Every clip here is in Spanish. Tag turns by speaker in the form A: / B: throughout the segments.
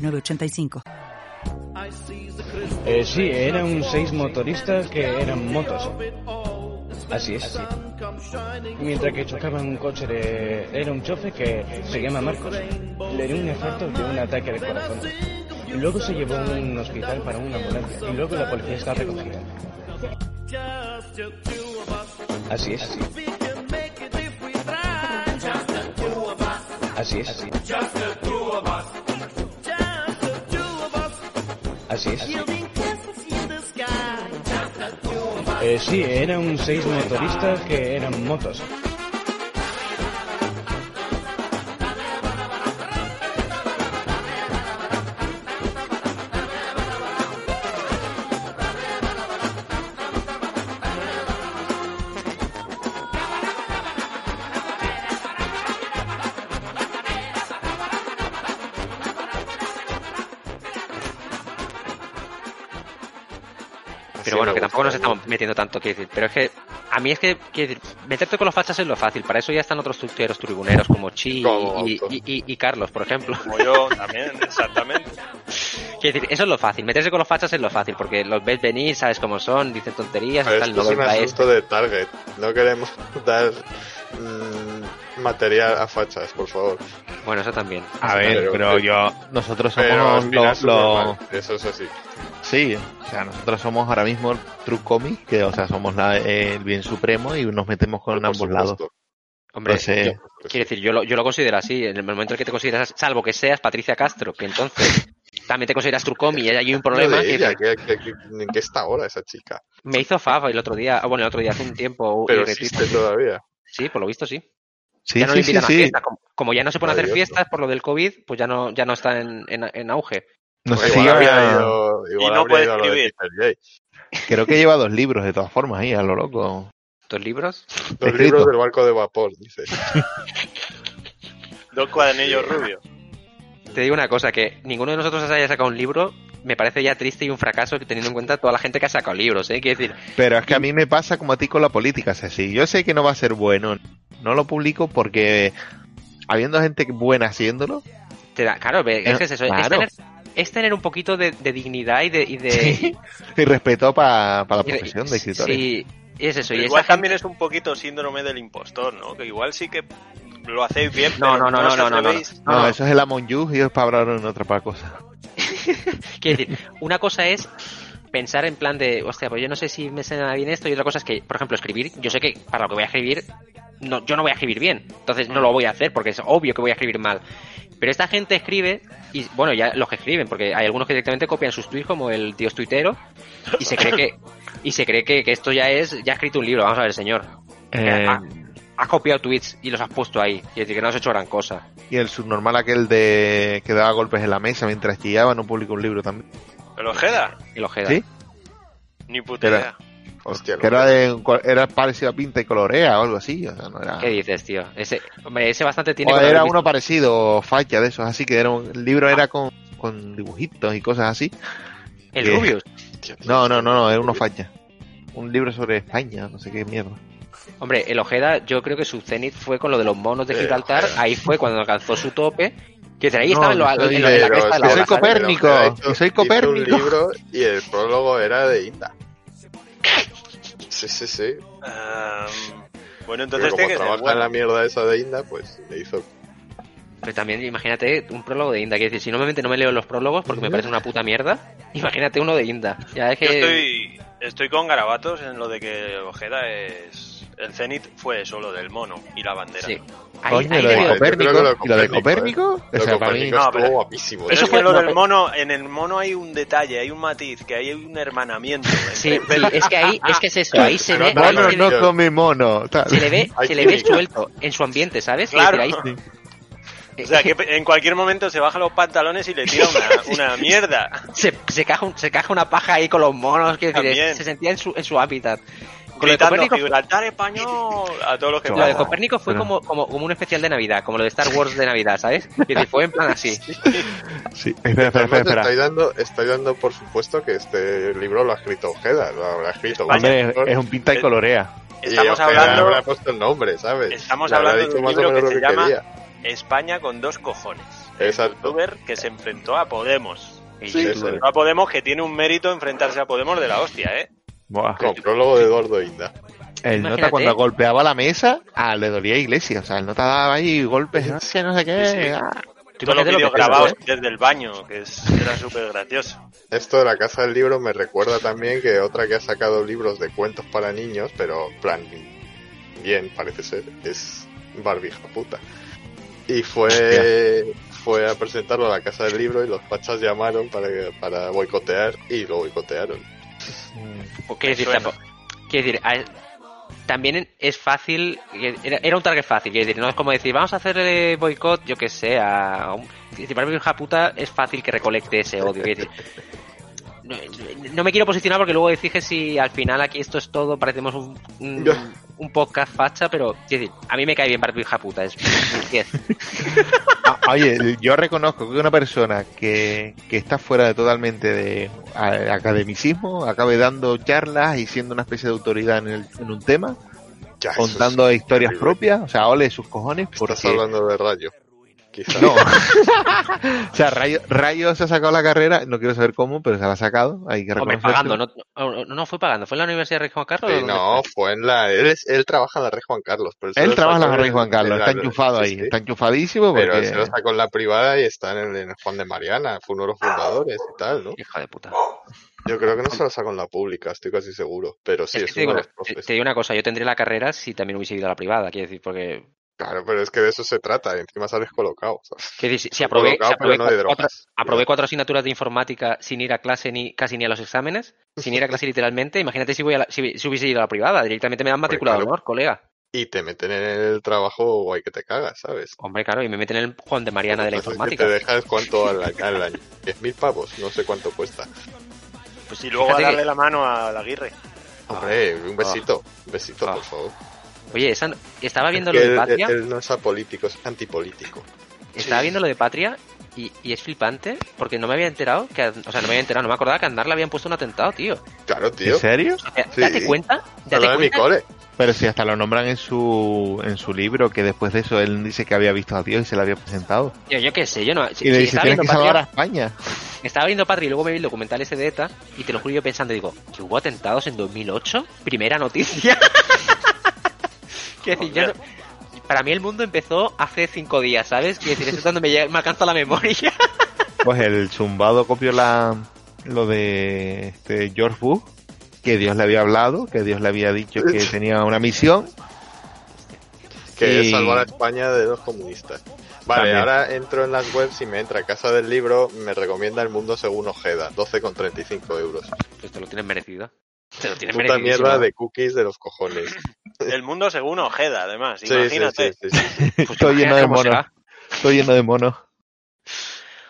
A: 985.
B: Eh, sí, eran seis motoristas que eran motos. Así es. Mientras que chocaban un coche de... Era un chofe que se llama Marcos. Le dio un infarto de un ataque de corazón. Luego se llevó a un hospital para una ambulancia y luego la policía está recogida. Así es. Así es. Así es. Así es. Eh, sí, eran seis motoristas que eran motos.
C: pero bueno, que tampoco nos estamos metiendo tanto, quiero decir. Pero es que, a mí es que, quiero decir, meterte con los fachas es lo fácil. Para eso ya están otros tuiteros tribuneros como Chi
D: Como
C: y,
D: Auto.
C: y- y- y Carlos, por ejemplo.
D: Como yo también, exactamente.
C: Quiero decir, eso es lo fácil. Meterse con los fachas es lo fácil, porque los ves venir, sabes cómo son, dicen tonterías,
D: Pero
C: tal,
D: esto
C: no
D: es un
C: ven pa' esto.
D: asunto de target. No queremos dar mm, material a fachas, por favor.
C: este. Bueno, eso también.
E: A ver,
D: Pero-
E: pero yo, nosotros
D: Pero
E: somos
D: al final
E: los,
D: es normal, Eso es así.
E: sí, o sea, nosotros somos ahora mismo el True Comic, que, o sea, somos la- el bien supremo y nos metemos con
D: Por
E: ambos lados.
D: supuesto. Pues
C: Hombre,
E: Entonces,
C: yo- quiero decir, yo lo, yo lo considero así. En el momento en que te consideras, salvo que seas Patricia Castro, que entonces también te consideras Trucomi y ahí hay un problema.
D: Lo de
C: que
D: ella, ¿qué- qué- qué- en qué está ahora esa chica?
C: me hizo Fafa el otro día, ah, bueno, el otro día hace un tiempo.
D: Pero
C: y retweet.
D: existe todavía.
C: Sí, por lo visto sí.
E: sí,
C: ya no le
E: sí, sí,
C: invitan a
E: sí.
C: fiestas. Como, como ya no se pueden hacer
D: Maravilloso.
C: fiestas por lo del COVID, pues ya no, ya no está en, en- en auge.
E: No
D: Pues
E: sé si
D: igual habría
E: había-
D: ido, igual
F: Y no
D: habría
F: puede
D: ido a lo de
F: escribir.
D: Peter Jay.
E: creo que lleva dos libros de todas formas ahí, a lo loco.
C: ¿Dos libros?
D: Los
E: Escrito.
D: libros del barco de vapor, dice.
F: Dos cuadernillos rubios.
C: Te digo una cosa, que ninguno de nosotros haya sacado un libro me parece ya triste y un fracaso teniendo en cuenta toda la gente que ha sacado libros, ¿eh? Quiero decir,
E: Pero es que a mí me pasa como a ti con la política, Ceci. Yo sé que no va a ser bueno, no lo publico porque habiendo gente buena haciéndolo,
C: te da- claro, ve- es que es eso, es,
E: Claro.
C: tener, es tener un poquito de, de dignidad y de... Y de
E: y respeto para la
C: eh, y-
E: profesión de escritor.
C: Sí, y es eso. Y
F: Pero
C: esa
F: igual
C: gente-
F: también es un poquito síndrome del impostor, ¿no? Que igual sí que lo hacéis bien,
C: No, no,
F: pero
C: no, no,
F: os
C: no, no, no.
F: atrevéis.
E: No,
C: no.
E: eso es el Amon Us y es para hablar en otra para cosa.
C: Quiero decir, una cosa es pensar en plan de, hostia, pues yo no sé si me suena bien esto, y otra cosa es que, por ejemplo, escribir, yo sé que para lo que voy a escribir, no, yo no voy a escribir bien, entonces no lo voy a hacer porque es obvio que voy a escribir mal. Pero esta gente escribe, y bueno, ya los que escriben, porque hay algunos que directamente copian sus tweets como el dios tuitero, y se cree que, y se cree que, que esto ya es, ya ha escrito un libro, vamos a ver, señor.
E: Eh,
C: Ah. Has copiado tweets y los has puesto ahí, y decir que no has hecho gran cosa.
E: Y el subnormal aquel de que daba golpes en la mesa mientras chillaba no publicó un libro también.
F: Pero Ojeda,
C: Y los queda.
E: ¿Sí?
F: ni puta
E: Era-
F: idea.
D: Hostia,
E: que era, de, era parecido a Pinta y Colorea o algo así. O sea, no era,
C: ¿Qué dices, tío? Ese, hombre, ese bastante tiene
E: o
C: con
E: era
C: haber visto-
E: uno parecido, Facha de esos, así que era un, el libro era con, con dibujitos y cosas así.
C: el
E: que-
C: Rubius.
D: Hostia, tío.
E: No, no, no, no, era uno Facha. Un libro sobre España, no sé qué mierda.
C: Hombre, el Ojeda, yo creo que su cenit fue con lo de los monos de
D: Eh,
C: Gibraltar.
D: Ojeda.
C: Ahí fue cuando alcanzó su tope. Que dice, ahí
E: No,
C: estaba en, lo-
E: yo soy
C: en lo- en la
D: Pero
C: cresta de la
D: es
E: soy
D: que
C: ola, ¿sabes?
E: Copérnico.
D: Pero
E: yo soy
D: hizo
E: Copérnico.
D: un libro y el prólogo era de Inda. Sí, sí, sí.
F: Ah,
D: Pero
F: bueno, entonces
D: como
F: tiene que
D: trabaja
F: ser
D: en
F: bueno.
D: la mierda esa de Inda, pues le hizo.
C: Pero también imagínate un prólogo de Inda. Que decir, si normalmente no me leo los prólogos porque me parece una puta mierda, imagínate uno de Inda. Ya es que.
F: Yo estoy, estoy con garabatos en lo de que Ojeda es... El Zenit fue solo del mono y la bandera.
C: Sí. Ahí-
E: Coño,
C: ahí
E: lo de
C: digo,
D: yo creo que lo de
E: Copérnico. ¿Y lo de
D: Copérnico,
E: Copérnico? O sea, para mí.
F: no,
D: no,
F: pero-
D: guapísimo.
F: Pero
C: Eso
F: Pues es
D: ¿eh?
F: que
C: fue-
F: lo
C: no,
F: del
C: pero-
F: mono, en el mono hay un detalle, hay un matiz, que hay un hermanamiento.
C: Sí,
F: entre-
C: sí, es que ahí es que es eso. Ahí se ve.
D: No,
C: ahí
D: no,
E: Mono
C: se, ve-
E: no come mono. tal.
C: se le ve,
D: Hay
C: se le ve
D: química.
C: suelto en su ambiente, ¿sabes? Que
F: Claro.
C: decir, ahí-
F: O sea, que en cualquier momento se baja los pantalones y le tira una, una mierda.
C: se, se, caja un- se caja una paja ahí con los monos, que
F: También.
C: se sentía en su, en su hábitat. Con lo de
F: Gritando,
C: Copérnico-
F: Gibraltar español a todos los que
C: Lo de
F: pasan.
C: Copérnico fue
E: Pero-
C: como, como, como un especial de Navidad, como lo de Star Wars de Navidad, ¿sabes? Que te fue en plan así.
E: Sí, espera, espera, espera.
D: Además,
E: espera.
D: Estoy, dando, estoy dando por supuesto que este libro lo ha escrito Ojeda, lo habrá escrito. un
E: Hombre, es,
D: autor,
E: es un pinta y colorea.
D: y
F: Estamos
D: Ojeda
F: hablando-
D: habrá puesto el nombre, ¿sabes?
F: Estamos
D: Le habrá
F: hablando de
D: dicho
F: un
D: más o
F: libro
D: menos
F: que
D: lo
F: se llama
D: quería.
F: España con dos cojones.
D: Exacto.
F: El youtuber que se enfrentó a Podemos. Y
D: Sí,
F: se
D: sí.
F: enfrentó a Podemos que tiene un mérito enfrentarse a Podemos de la hostia, ¿eh?
E: Buah.
D: Con prólogo de Gordo Inda.
E: El
C: Imagínate.
E: nota cuando golpeaba la mesa, ah, le dolía a Iglesias. O sea, el nota daba ahí golpes, no sé, no sé qué.
F: Sí, sí.
E: ah.
F: Todos los
C: imagínate lo
F: vídeos
C: que pensó,
F: grabados
C: ¿eh?
F: desde el baño, que es- era súper gracioso.
D: Esto de la casa del libro me recuerda también que otra que ha sacado libros de cuentos para niños, pero en plan bien parece ser, es Barbie puta. Y fue, fue a presentarlo a la casa del libro y los pachas llamaron para, para boicotear y lo boicotearon.
C: O Quiero decir,
F: Suena.
C: tampoco- quiero decir, a- también es fácil, era, era un target fácil, quiero decir, no es como decir, vamos a hacer eh, boicot, yo que sé, a un, decir, para mí, hija puta, es fácil que recolecte ese odio, quiero decir. No, no me quiero posicionar porque luego decís que si al final aquí esto es todo, parecemos un, un,
D: Ya.
C: un podcast facha, pero quiero decir, a mí me cae bien Barbie hija puta, es un 10.
E: Ah, Oye, yo reconozco que una persona que, que está fuera de totalmente de a- academicismo acabe dando charlas y siendo una especie de autoridad en, el- en un tema,
D: Ya, eso es-
E: contando historias
D: horrible.
E: propias, o sea, ole sus cojones,
D: Estás
E: porque
D: hablando de Rayo. Quizás.
E: No. o sea, Rayo, Rayo se ha sacado la carrera, no quiero saber cómo, pero se la ha sacado. Hay que
C: Hombre,
E: reconocerlo.
C: pagando, no, no, no fue pagando, fue en la Universidad de Rey Juan Carlos.
D: Sí,
C: ¿o dónde
D: no,
C: fue?
D: fue en la. Él, es- él trabaja en la Rey Juan Carlos. pero se
E: Él
D: lo
E: trabaja en la
D: sacó
E: Rey Juan
D: en-
E: Carlos,
D: en la-
E: está enchufado
D: sí,
E: ahí,
D: sí.
E: está enchufadísimo
D: Pero
E: porque...
D: se lo sacó en la privada y está en el, en el Juan de Mariana, fue uno de los fundadores y tal, ¿no?
C: Hijo de puta.
D: Yo creo que no se lo sacó en la pública, estoy casi seguro. Pero sí,
C: Es
D: es,
C: que te,
D: uno
C: digo
D: de
C: una,
D: los profes.
C: te- te digo una cosa, yo tendría la carrera si también hubiese ido a la privada, quiero decir, porque...
D: Claro, pero es que de eso se trata, y encima sales colocado. o sea,
C: Quiero decir, si, si aprobé,
D: colocado,
C: si aprobé
D: pero no de
C: cuatro,
D: drogas.
C: aprobé cuatro asignaturas de informática sin ir a clase ni casi ni a los exámenes, sin ir a clase literalmente, imagínate si, voy a la- si, si hubiese ido a la privada, directamente me dan matriculado de
D: claro.
C: honor, colega.
D: Y te meten en el trabajo, guay, que te cagas, ¿sabes?
C: Hombre, claro, y me meten en el Juan de Mariana de la
D: Entonces,
C: informática.
D: pues que te dejas cuánto al, al año. 10.000 pavos, no sé cuánto cuesta.
F: Pues y luego a
C: fíjate
F: darle
C: que-
F: la mano a la Aguirre.
D: Hombre, un besito, un besito,
C: Ah.
D: por favor.
C: Oye, esa- estaba viendo
D: Que
C: lo de
D: él-
C: Patria,
D: él no es apolítico, es antipolítico.
C: estaba viendo lo de Patria y, y es flipante porque no me había enterado, que, a- o sea, no me había enterado, no me acordaba que a Aznar le habían puesto un atentado, tío.
D: Claro, tío.
E: ¿En serio?
C: O sea,
D: Sí.
C: Date cuenta, date
D: Hablaba de mi
C: cuenta
D: cole.
E: Pero si hasta lo nombran en su, en su libro, que después de eso él dice que había visto a Dios y se le había presentado.
C: Yo, yo qué sé, yo no. si-
E: Y le
C: si
E: dice,
C: estaba,
E: tienes
C: viendo
E: que salvar a
C: Patria,
E: España.
C: estaba viendo Patria y luego me vi el documental ese de ETA y te lo juro yo pensando, digo, ¿que hubo atentados en 2008? Primera noticia. Quiero decir, yo no- para mí el mundo empezó hace cinco días, ¿sabes? Quiero decir, eso es cuando me, llega- me alcanza la memoria.
E: Pues el zumbado copió la, lo de este, George Bush, que Dios le había hablado, que Dios le había dicho que tenía una misión.
D: Que es
E: Y-
D: salvar a España de los comunistas. Vale,
E: También.
D: ahora entro en las webs y me entra Casa del Libro, me recomienda El Mundo Según Ojeda, 12,35 euros.
C: Pues te lo tienes merecido. Te lo tienes
D: Puta
C: merecido.
D: mierda de cookies de los cojones.
F: El mundo según Ojeda, además.
D: Sí, sí,
F: Imagínate.
D: sí, sí, sí.
E: Estoy lleno de monos.
C: mono.
E: Estoy lleno de monos.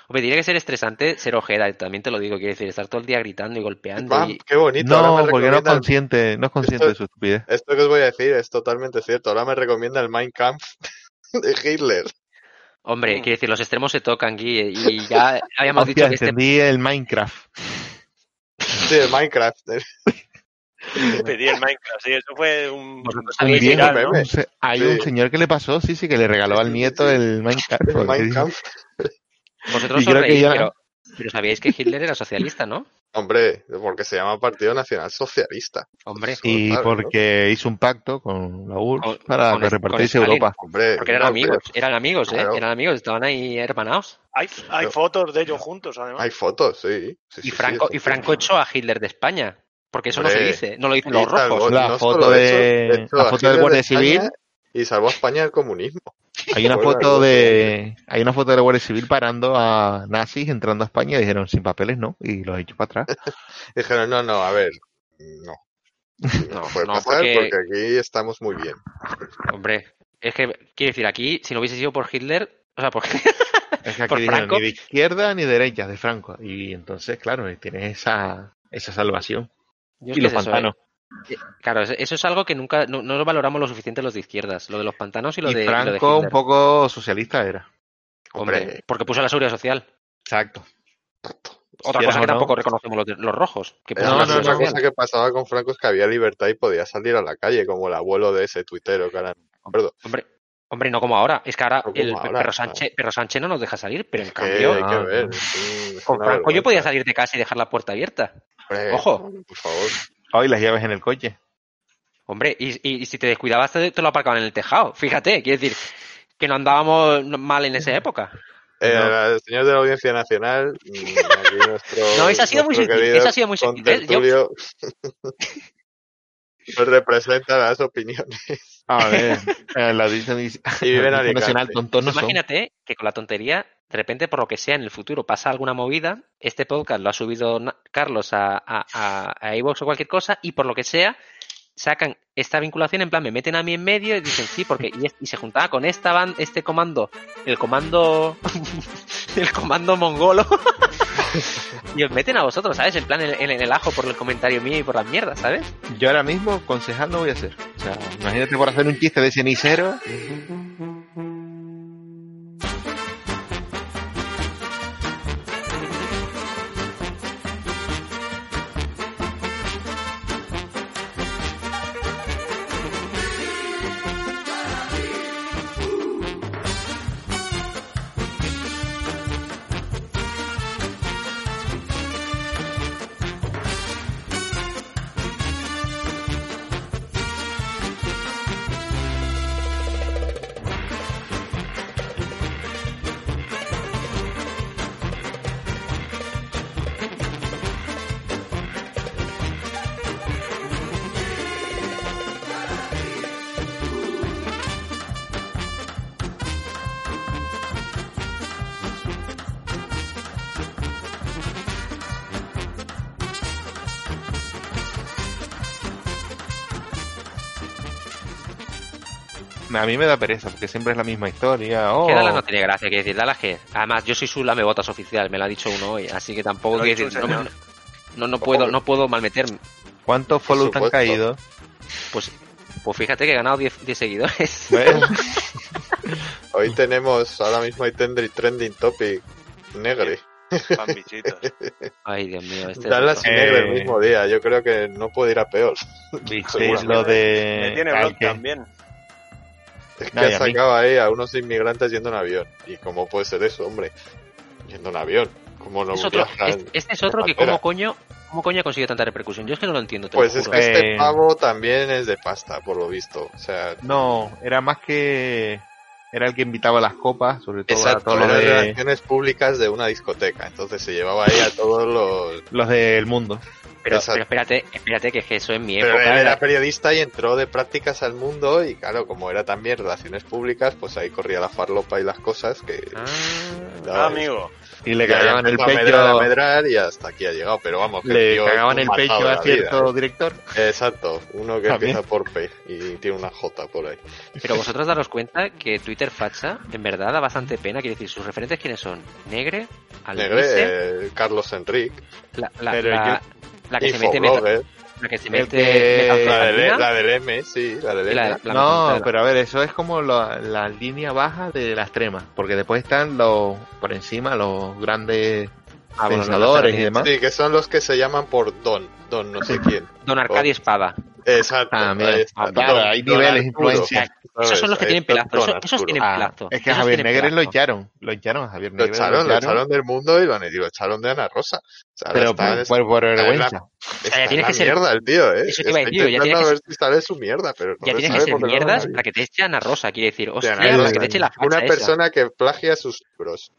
C: Hombre, tiene que ser estresante ser ojeda, también te lo digo, quiero decir, estar todo el día gritando y golpeando.
D: Va,
C: y...
D: qué bonito. ahora
E: No,
D: me
E: porque no es
D: recomienda el-
E: consciente, no es consciente
D: Esto-
E: de su estupidez.
D: Esto que os voy a decir es totalmente cierto. Ahora me recomienda el Mein Kampf de Hitler.
C: Hombre,
F: Mm.
C: quiero decir, los extremos se tocan, Gui, eh, y ya habíamos
E: Hostia,
C: dicho que este
E: entendí el Minecraft.
D: Sí, el Minecraft.
F: Pedí el Minecraft, sí, eso fue un.
C: Vosotros
E: Un
C: sabéis
E: viejo,
F: pues, viral, ¿no?
D: meme.
E: un se- Hay
D: Sí.
E: un señor que le pasó, sí, sí, que le regaló
D: Sí,
E: al
D: sí,
E: nieto
D: sí.
E: el Minecraft.
D: El Mein Kampf.
C: Vosotros
E: Y creo
C: os
E: que
C: reís,
E: ya-
C: pero, pero sabíais que Hitler era socialista, ¿no?
D: Hombre, porque se llama Partido Nacional Socialista.
C: Hombre,
E: Y
D: Claro,
E: porque hizo un pacto con la
C: Con-
E: URSS para
C: con
E: que
C: es-
E: repartiese
C: con Stalin.
E: Europa.
D: Hombre,
C: porque eran
D: no,
C: amigos,
D: pero
C: eran amigos, ¿eh?
D: Claro.
C: Eran amigos, estaban ahí hermanados.
F: Hay, hay
D: Pero-
F: fotos de ellos juntos, además.
D: Hay fotos, sí. Sí, sí,
C: Y Franco,
D: sí,
C: y Franco echó a Hitler de España, porque eso no se
D: Hombre.
C: dice, no lo dicen
D: Y
C: los
D: salvó-
C: rojos.
E: La
D: no
E: foto
D: solo
E: de-
D: eso, de hecho,
E: la
D: a
E: foto del
D: Hitler
E: Guardia
D: de España
E: Civil.
D: Y salvó a España del comunismo.
E: Hay una
D: Bueno,
E: foto
D: bueno.
E: de hay una foto de la Guardia Civil parando a nazis entrando a España y dijeron sin papeles no y los echó para atrás.
D: Dijeron, no, no, a ver, no.
C: No,
D: No, puede
C: no,
D: pasar
C: porque-
D: porque... aquí estamos muy bien.
C: Hombre, es que, quiero decir, aquí, si no hubiese sido por Hitler, O sea, porque
E: Es que aquí
C: Por
E: dijeron
C: Franco.
E: ni de izquierda ni de derecha, de Franco. Y entonces, claro, tienes esa, esa salvación.
C: Yo es
E: y
C: que
E: los
C: es eso,
E: pantanos.
C: eh. Claro, es- eso es algo que nunca, no, no lo valoramos lo suficiente los de izquierdas, lo de los pantanos y lo
E: Y
C: de, y lo de
E: Franco un
C: Hitler.
E: poco socialista era.
C: Hombre,
E: Hombre.
C: porque puso la seguridad social.
E: Exacto.
C: Otra
E: Quieras
C: cosa
E: o
C: que
E: no.
C: tampoco reconocemos los, de- los rojos. Que
D: Es
C: puso la
D: más,
E: no,
D: otra
C: seguridad
E: no.
D: cosa
C: social.
D: que pasaba con Franco es que había libertad y podía salir a la calle, como el abuelo de ese tuitero que ahora no me acuerdo.
C: Hombre, hombre, no como ahora. Es que ahora
D: No como
C: el
D: ahora,
C: perro,
D: no.
C: Sánchez, perro Sánchez no nos deja salir, pero en
D: Que
C: cambio,
D: hay
E: ah,
D: que ver. es un- es
C: con
D: una
C: Franco yo
D: vergüenza,
C: podía salir de casa y dejar la puerta abierta.
D: hombre,
C: ojo.
D: Por favor.
E: Hoy las llaves en el coche.
C: Hombre, y, y- y si te descuidabas, te, te lo aparcaban en el tejado. Fíjate, quiero decir, que no andábamos mal en esa época.
D: Eh,
E: No.
D: al señor de la Audiencia Nacional, mm, aquí nuestro,
C: No, esa ha sido muy
D: nuestro
C: sutil,
D: querido
C: esa ha sido muy sutil.
D: contertulio nos representa las opiniones
E: A ver, eh, la audiencia
D: y vive en Alicante.
E: nacional tontos
D: Pues
E: no son.
C: Pues Imagínate que con la tontería, de repente, por lo que sea, en el futuro pasa alguna movida, este podcast lo ha subido Na- Carlos a, a, a, a iVoox o cualquier cosa, y por lo que sea, sacan esta vinculación, en plan, me meten a mí en medio y dicen, sí, porque... Y, es- y se juntaba con esta ban- este comando, el comando... el comando mongolo. y os meten a vosotros, ¿sabes? En plan, en, en- en el ajo por el comentario mío y por las mierdas, ¿sabes?
E: Yo ahora mismo concejal no voy a ser. O sea, imagínate por hacer un chiste de cenicero. A mí me da pereza porque siempre es la misma historia. Oh,
C: Queda la no tiene gracia, quiero decir, dalas que... Además, yo soy su lamebotas oficial, me lo ha dicho uno hoy, así que tampoco...
F: Lo ha
C: quiero
F: dicho
C: decir,
F: un
C: no me-
F: señor. Oh.
C: no, no puedo, no puedo malmeterme.
E: ¿Cuántos follows te han
D: supuesto.
E: caído?
C: Pues, pues fíjate que he ganado 10 10 seguidores.
E: Bueno,
D: Hoy tenemos, ahora mismo hay tendri- trending topic negre.
F: Van bichitos.
C: Ay, Dios mío. Este es
D: Dallas y
C: otro.
E: Eh.
D: negre el mismo día. Yo creo que no puede ir a peor.
E: visteis lo de.
F: Me tiene
E: al
F: blog
E: que-
F: también.
D: Es que
E: Ay,
D: ha
E: a mí.
D: sacado ahí a unos inmigrantes yendo en avión. ¿Y cómo puede ser eso, hombre? Yendo en avión. ¿Cómo no
C: Es otro-
D: viajan?
C: este, este es otro que
D: Espera.
C: como coño, como coño ha conseguido tanta repercusión. Yo es que no lo entiendo, te
D: Pues
C: lo
D: es
C: juro.
D: que este
E: Eh.
D: pavo también es de pasta, por lo visto. O sea,
E: No, era más que. Era el que invitaba las copas, sobre todo a
D: Exacto,
E: todos los
D: eran
E: de,
D: relaciones públicas de una discoteca, entonces se llevaba ahí a todos los...
E: los del mundo.
C: pero,
D: exacto.
C: pero espérate, espérate que es que eso en mi
D: Pero
C: época
D: él
C: era-
D: era periodista y entró de prácticas al mundo y claro, como era también relaciones públicas, pues ahí corría la farlopa y las cosas que...
C: Ah,
D: daba-
F: Ah, amigo.
E: Y le
D: Ya
E: cagaban el
D: empezó a medrar, a
E: pecho.
D: medrar y hasta aquí ha llegado, pero vamos, que el
E: Le
D: tío es
E: cagaban
D: un
E: el pecho
D: matado de
E: a
D: la vida,
E: cierto director.
D: ¿eh? Exacto, uno que
E: También.
D: empieza por P y tiene una J por ahí.
C: pero vosotros daros cuenta que Twitter facha, en verdad, da bastante pena. Quiero decir, sus referentes, ¿quiénes son? Negre, Alvise,
D: Negre, eh, Carlos Enrique,
C: la, la,
E: pero
C: la- la que se mete, meta-
D: Infoblogger,
C: la que se
E: el
C: mete
E: que-
D: la, del, E,
C: metanfetamina,
D: la del M, sí, la del
C: y
D: M.
C: la- la
E: No,
C: metanfetamina.
E: pero a ver, eso es como la, la línea baja de la extrema, porque después están los por encima los grandes
C: Ah, bueno,
E: pensadores y
C: no,
E: demás.
D: Sí, que son los que se llaman por Don, Don no sé quién.
C: Don
E: Oh.
C: Arcadio Espada.
D: Exacto.
E: Ah, mira.
D: ahí está.
E: Ah, claro,
D: Don-
E: hay
D: Don
E: niveles de
D: Arturo.
E: influencia.
C: Esos son los que
D: Ahí
C: tienen
D: está
C: pelazo.
D: Don
C: Esos, esos
D: Arturo.
C: tienen
E: Ah,
C: plazo.
E: es que a Javier Negre lo echaron, lo echaron a Javier
D: Lo
E: Negre.
D: echaron, lo echaron del mundo y lo, han- y lo echaron de Ana Rosa. O sea, ahora
E: pero
D: está
E: pues,
D: en
E: por,
D: esta-
E: por- por
D: en la-
E: vergüenza.
D: está
C: ya
D: en
C: tienes
D: la
C: que ser-
D: mierda el tío, ¿eh?
C: Eso te iba a
D: Está
C: decir, ya
D: intentando
C: tienes
D: a
C: que
D: ver si sale su mierda, pero no
C: Ya
D: le
C: tienes que
D: sale
C: ser
D: porque no lo
C: mierdas
D: nadie.
C: la que te eche Ana Rosa, quiere decir.
D: De
C: Hostia,
D: Ana
C: la
D: Rosa.
C: que te eche la facha
D: Una
C: esa.
D: persona que plagia sus libros.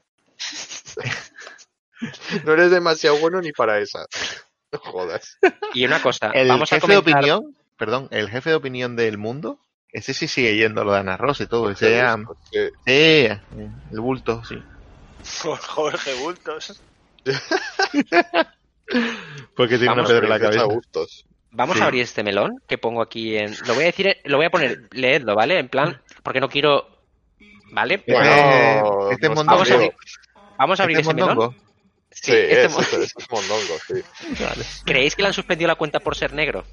D: no eres demasiado bueno ni para esa. No jodas.
C: Y una cosa,
E: El
C: vamos
E: jefe
C: a comentar...
E: de opinión, perdón, el jefe de opinión del mundo, ese sí sigue yendo a lo de Ana Rosa y todo, ese ah,
D: Porque-
E: sí, el bulto, sí.
F: Jorge Bultos.
E: Porque tiene
C: Vamos,
E: una piedra en la cabeza.
D: Gustos.
C: Vamos
E: Sí.
C: a abrir este melón que pongo aquí en... Lo voy a decir, lo voy a poner, leedlo, ¿vale? En plan, porque no quiero ¿vale?
E: Bueno,
D: No,
E: este
D: no
E: mondongo.
D: está bien.
C: Vamos a abrir
E: Este
C: ese melón.
E: mondongo.
D: Sí,
C: este
D: es,
C: mo-
D: eso, es mondongo, sí.
C: ¿Creéis que le han suspendido la cuenta por ser negro?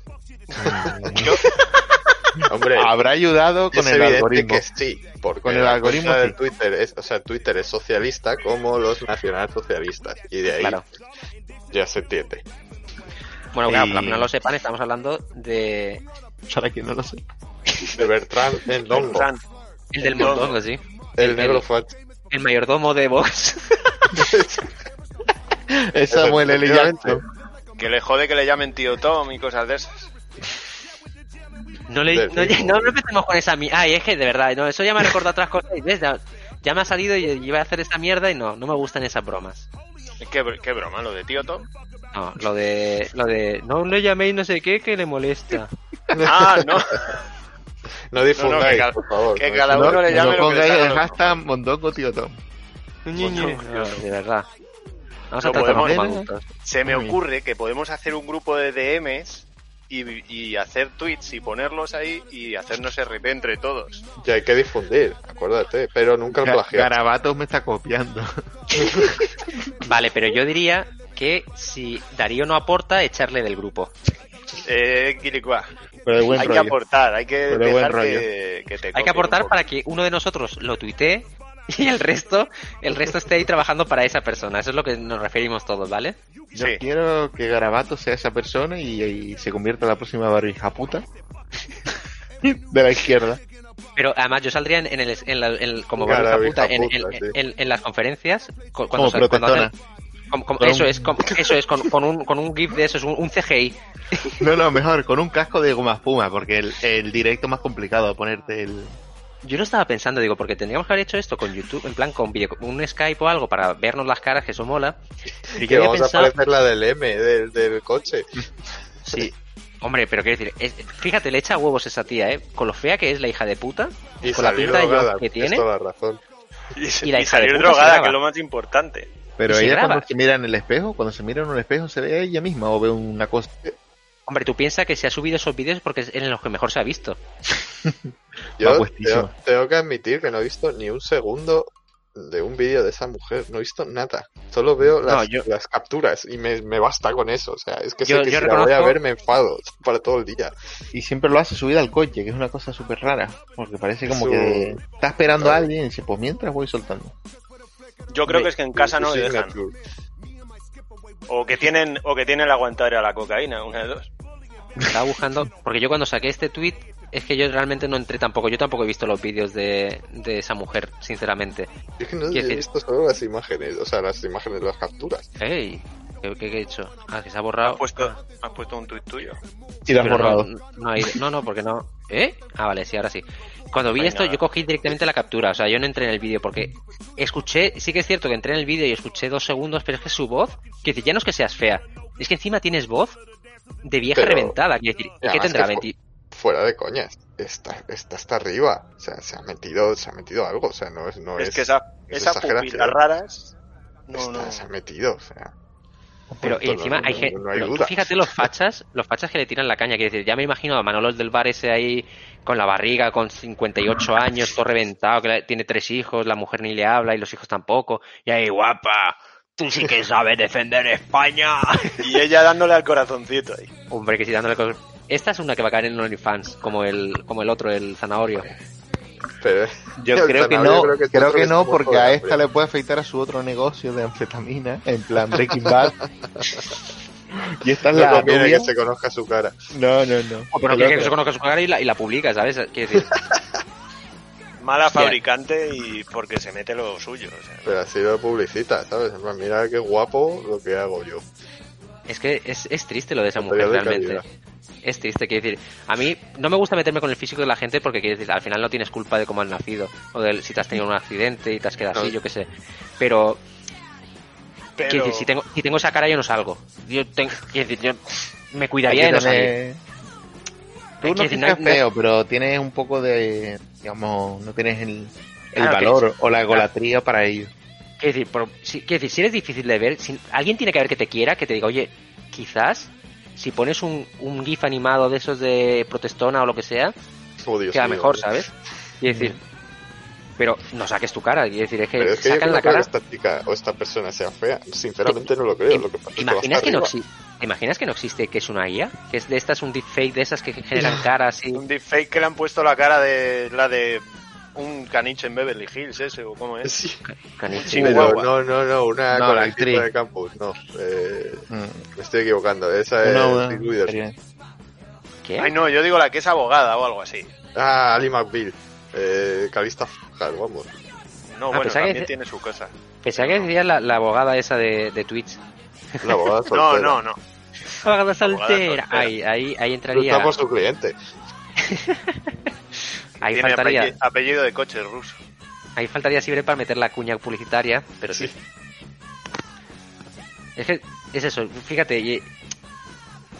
D: Hombre,
C: Ah,
E: Habrá ayudado con
D: es
E: el
D: evidente
E: algoritmo.
D: que sí, porque
E: Con el
D: la
E: algoritmo,
D: cosa de
E: sí.
D: Twitter es, o sea, Twitter es socialista como los nacionalsocialistas y de ahí
C: Claro.
D: ya se entiende.
C: Bueno, claro,
E: Y-
C: para que no lo sepan, estamos hablando de.
E: Para que no lo sé.
D: De Bertrand Mondongo,
F: Fran,
C: El del
F: Yo-
C: mondongo, sí.
D: el
C: el-
D: negro fat.
C: El mayordomo de Vox.
E: Es Samuel L. Jackson.
F: que le jode que le llamen tío Tom y cosas de esas.
C: No le
D: Del
C: no, ya-
D: mismo.
C: no, no empecemos con esa mierda. Ay, es que de verdad, no, eso ya me ha recordado otras cosas. y ves, Ya, ya me ha salido y iba a hacer esta mierda y no, no me gustan esas bromas.
F: ¿Qué, br- qué broma, lo de tío Tom.
C: No, lo de. Lo de. No le llaméis no sé qué que le molesta.
F: Ah, no.
D: No difundáis,
F: No, no, que
D: por favor.
F: que
D: no
F: cada
D: difundáis.
F: uno le
E: no
F: llame lo que le
E: pongáis
F: salga
E: el
F: loco.
E: hashtag mondongo tío Tom.
C: No, de verdad. Vamos
F: No
C: a tratar
F: podemos,
C: los
E: ¿eh?
C: mamutos.
F: Se me
E: Muy bien.
F: ocurre que podemos hacer un grupo de DMs y, y hacer tweets y ponerlos ahí y hacernos RP entre todos.
D: Que hay que difundir, acuérdate, pero nunca el
E: Ga-
D: plagio.
E: Garabatos me está copiando.
C: Vale, pero yo diría que si Darío no aporta, echarle del grupo.
F: Eh, Quiricuá,
E: Pero de buen
F: hay que
E: rollo.
F: aportar, hay que
E: Pero de buen
F: dejar
E: rollo.
F: que, que te
C: Hay que
F: copien
C: aportar
F: un poco.
C: para que uno de nosotros lo tuitee y el resto, el resto esté ahí trabajando para esa persona. Eso es lo que nos referimos todos, ¿vale?
E: Yo
F: Sí.
E: quiero que Garabato sea esa persona y, y se convierta en la próxima barbija puta de la izquierda.
C: Pero además yo saldría en, en el, en la- en- como
D: Cara
C: barra
D: de
C: puta,
D: hija
C: en,
D: puta,
C: en-
D: sí.
C: en- en las conferencias. cu-
E: Como
C: Cuando, sal- cuando
E: protestona.
C: hacen- como- como-
E: Con
C: eso
E: un-
C: es, con, eso es, con, con un, con un GIF de eso, es un, un CGI.
E: No, no, mejor, con un casco de goma espuma, porque el, el directo es más complicado ponerte el.
C: Yo no estaba pensando, digo, porque tendríamos que haber hecho esto con YouTube, en plan con video, un Skype o algo para vernos las caras, que eso mola. Y
D: Que vamos a aparecer la del M, del, del coche.
C: Sí. Hombre, pero quiero decir, es- fíjate, le echa huevos esa tía, ¿eh? Con lo fea que es la hija de puta,
D: Y
C: con la
D: salir
C: pinta de
D: drogada,
C: yonki que
D: tienes
C: tiene.
D: toda la razón.
C: Y la
F: y
C: hija de
F: salir
C: puta se
F: drogada,
C: graba.
F: que es lo más importante.
E: Pero
C: se
E: ella
C: graba.
E: cuando se mira en el espejo, cuando se mira en un espejo, se ve a ella misma o ve una cosa.
C: Hombre, tú piensas que se ha subido esos vídeos porque es en los que mejor se ha visto.
E: Va
D: Yo
E: puestísimo.
D: tengo, tengo que admitir que no he visto ni un segundo de un vídeo de esa mujer, no he visto nada. Solo veo las,
C: No, yo-
D: las capturas y me, me basta con eso. O sea, es que sé
C: Yo-
D: que
C: yo
D: si la voy a
C: reconozco-
D: ver me enfado para todo el día.
E: Y siempre lo hace subida al coche, que es una cosa súper rara, porque parece como
D: Su-
E: que está esperando a
D: Claro.
E: alguien y dice, pues mientras voy soltando.
F: Yo creo que es que en casa no
D: Su
F: le dejan.
D: signature.
F: O que tienen, o que tienen la aguantadera a la cocaína, una de dos.
C: Estaba buscando, porque yo cuando saqué este tweet es que yo realmente no entré tampoco, yo tampoco he visto los vídeos de, de esa mujer, sinceramente.
D: Yo es que no
C: Quiero
D: he
C: decir-
D: visto solo las imágenes, o sea, las imágenes, las capturas.
C: ¡Ey! ¿Qué, qué- qué he hecho? Ah, que se ha borrado.
F: Has puesto, has puesto un tuit tuyo.
E: Y lo
C: Pero
E: has
C: no-
E: borrado.
C: No, hay- no, no, porque no. ¿Eh? Ah, vale, sí, ahora sí. Cuando vi
F: Venga.
C: esto, yo cogí directamente la captura, o sea, yo no entré en el vídeo porque escuché, sí que es cierto que entré en el vídeo y escuché dos segundos, pero es que su voz, que decir, ya no es que seas fea, es que encima tienes voz de vieja
D: Pero-
C: reventada, quiero decir, ¿qué
D: además
C: tendrá?
D: que fue-
C: 20?
D: Fuera de coñas, está, está hasta arriba. O sea, se ha metido, se ha metido algo, o sea, no es, no es,
F: es que esas
D: es
F: esa pupilas
D: exageración.
F: raras. No,
D: está-
F: no.
D: se ha metido, o sea.
C: Pero
D: Punto,
C: encima
D: no-
C: hay
D: no-
C: gente.
D: no hay
C: pero tú
D: duda.
C: fíjate los fachas, los fachas que le tiran la caña. Quiero decir, ya me imagino a Manolo el del bar ese ahí con la barriga, con 58 años, todo reventado, que la- tiene tres hijos, la mujer ni le habla y los hijos tampoco. Y ahí, guapa, tú sí que sabes defender España.
F: Y ella dándole al corazoncito ahí.
C: Hombre, que si dándole cosas. Esta es una que va a caer en OnlyFans, como el, como el otro, el zanahorio.
D: Pero
E: Yo
D: El
E: creo que
D: zanahoria
E: no,
D: creo que es
E: creo
D: otro
E: que
D: que
E: no,
D: es muerto
E: porque
D: de
E: a
D: hambre.
E: esta le puede afectar a su otro negocio de anfetamina, en plan Breaking Bad. y esta es
D: no
E: la
D: conviene
E: rubia.
D: que se conozca su cara.
E: No, no, no.
C: Pero
E: Creo
C: que, que
E: que-
C: se conozca su cara y la, y la publica, ¿sabes? Quiero decir,
F: Mala
C: Hostia.
F: fabricante y porque se mete lo suyo. o sea,
D: Pero así lo publicita, ¿sabes? En plan, mira qué guapo lo que hago yo.
C: es que es, es triste lo de esa mujer
D: Material de
C: realmente.
D: calidad.
C: es triste, quiero decir, a mí no me gusta meterme con el físico de la gente porque quiero decir, al final no tienes culpa de cómo has nacido o de si te has tenido un accidente y te has quedado así,
D: No.
C: yo qué sé. Pero,
F: Pero
C: quiero decir, si tengo, si tengo esa cara yo no salgo. Yo tengo, quiero decir, yo me cuidaría
E: Aquí
C: de no salir.
E: también-
C: Hay que
E: Tú no
C: decir, no
E: estás
C: hay- no hay-
E: feo, pero tienes un poco de, digamos, no tienes el, el
C: Claro,
E: valor o la egolatría para ello.
C: Quiero decir, por- si, quiero decir, si eres difícil de ver, si, alguien tiene que ver que te quiera, que te diga, oye, quizás si pones un, un gif animado de esos de protestona o lo que sea,
D: Oh, Dios
C: queda
D: mío. Mm.
C: mejor, ¿sabes? Quiero decir, Pero no saques tu cara, quiero decir, es que
D: Pero es que yo
C: sacan
D: no
C: la
D: creo
C: cara.
D: que esta chica o esta persona sea fea. Sinceramente no lo creo. Lo que pasa es que va
C: ¿Imaginas
D: hasta
C: que, no
D: arriba.
C: exi- ¿Te imaginas que no existe, que es una IA? Que es de estas, un deepfake de esas que generan caras y...
F: Un deepfake que le han puesto la cara de la de un caniche en Beverly Hills, ese, o cómo es.
D: Sí,
C: Caniche.
F: Sí,
D: pero
F: guagua.
D: no, no, no, una
E: No,
D: con
E: la
D: el tipo
E: actriz.
D: de campus, no. Eh,
E: Mm.
D: me estoy equivocando, esa
E: Una-
D: es
E: una
D: Reed Witherspoon.
E: experiencia.
C: ¿Qué?
F: Ay, no, yo digo la que es abogada o algo así.
D: Ah, Ali McBeal. Eh, Calista Fajar, vamos.
F: No,
C: Ah,
F: bueno,
C: pensaba que
F: también
C: dice-
F: tiene su cosa.
C: Pensaba que decías la, la abogada esa de, de Twitch.
D: La abogada
F: No,
D: soltera.
F: no, no.
C: Abogada
F: soltera.
C: soltera. Ahí, ahí, ahí entraría...
D: Está por su cliente.
C: Ahí
F: tiene
C: faltaría...
F: apelle- apellido de coche ruso.
C: Ahí faltaría siempre para meter la cuña publicitaria, pero sí. Es que es eso, fíjate. y-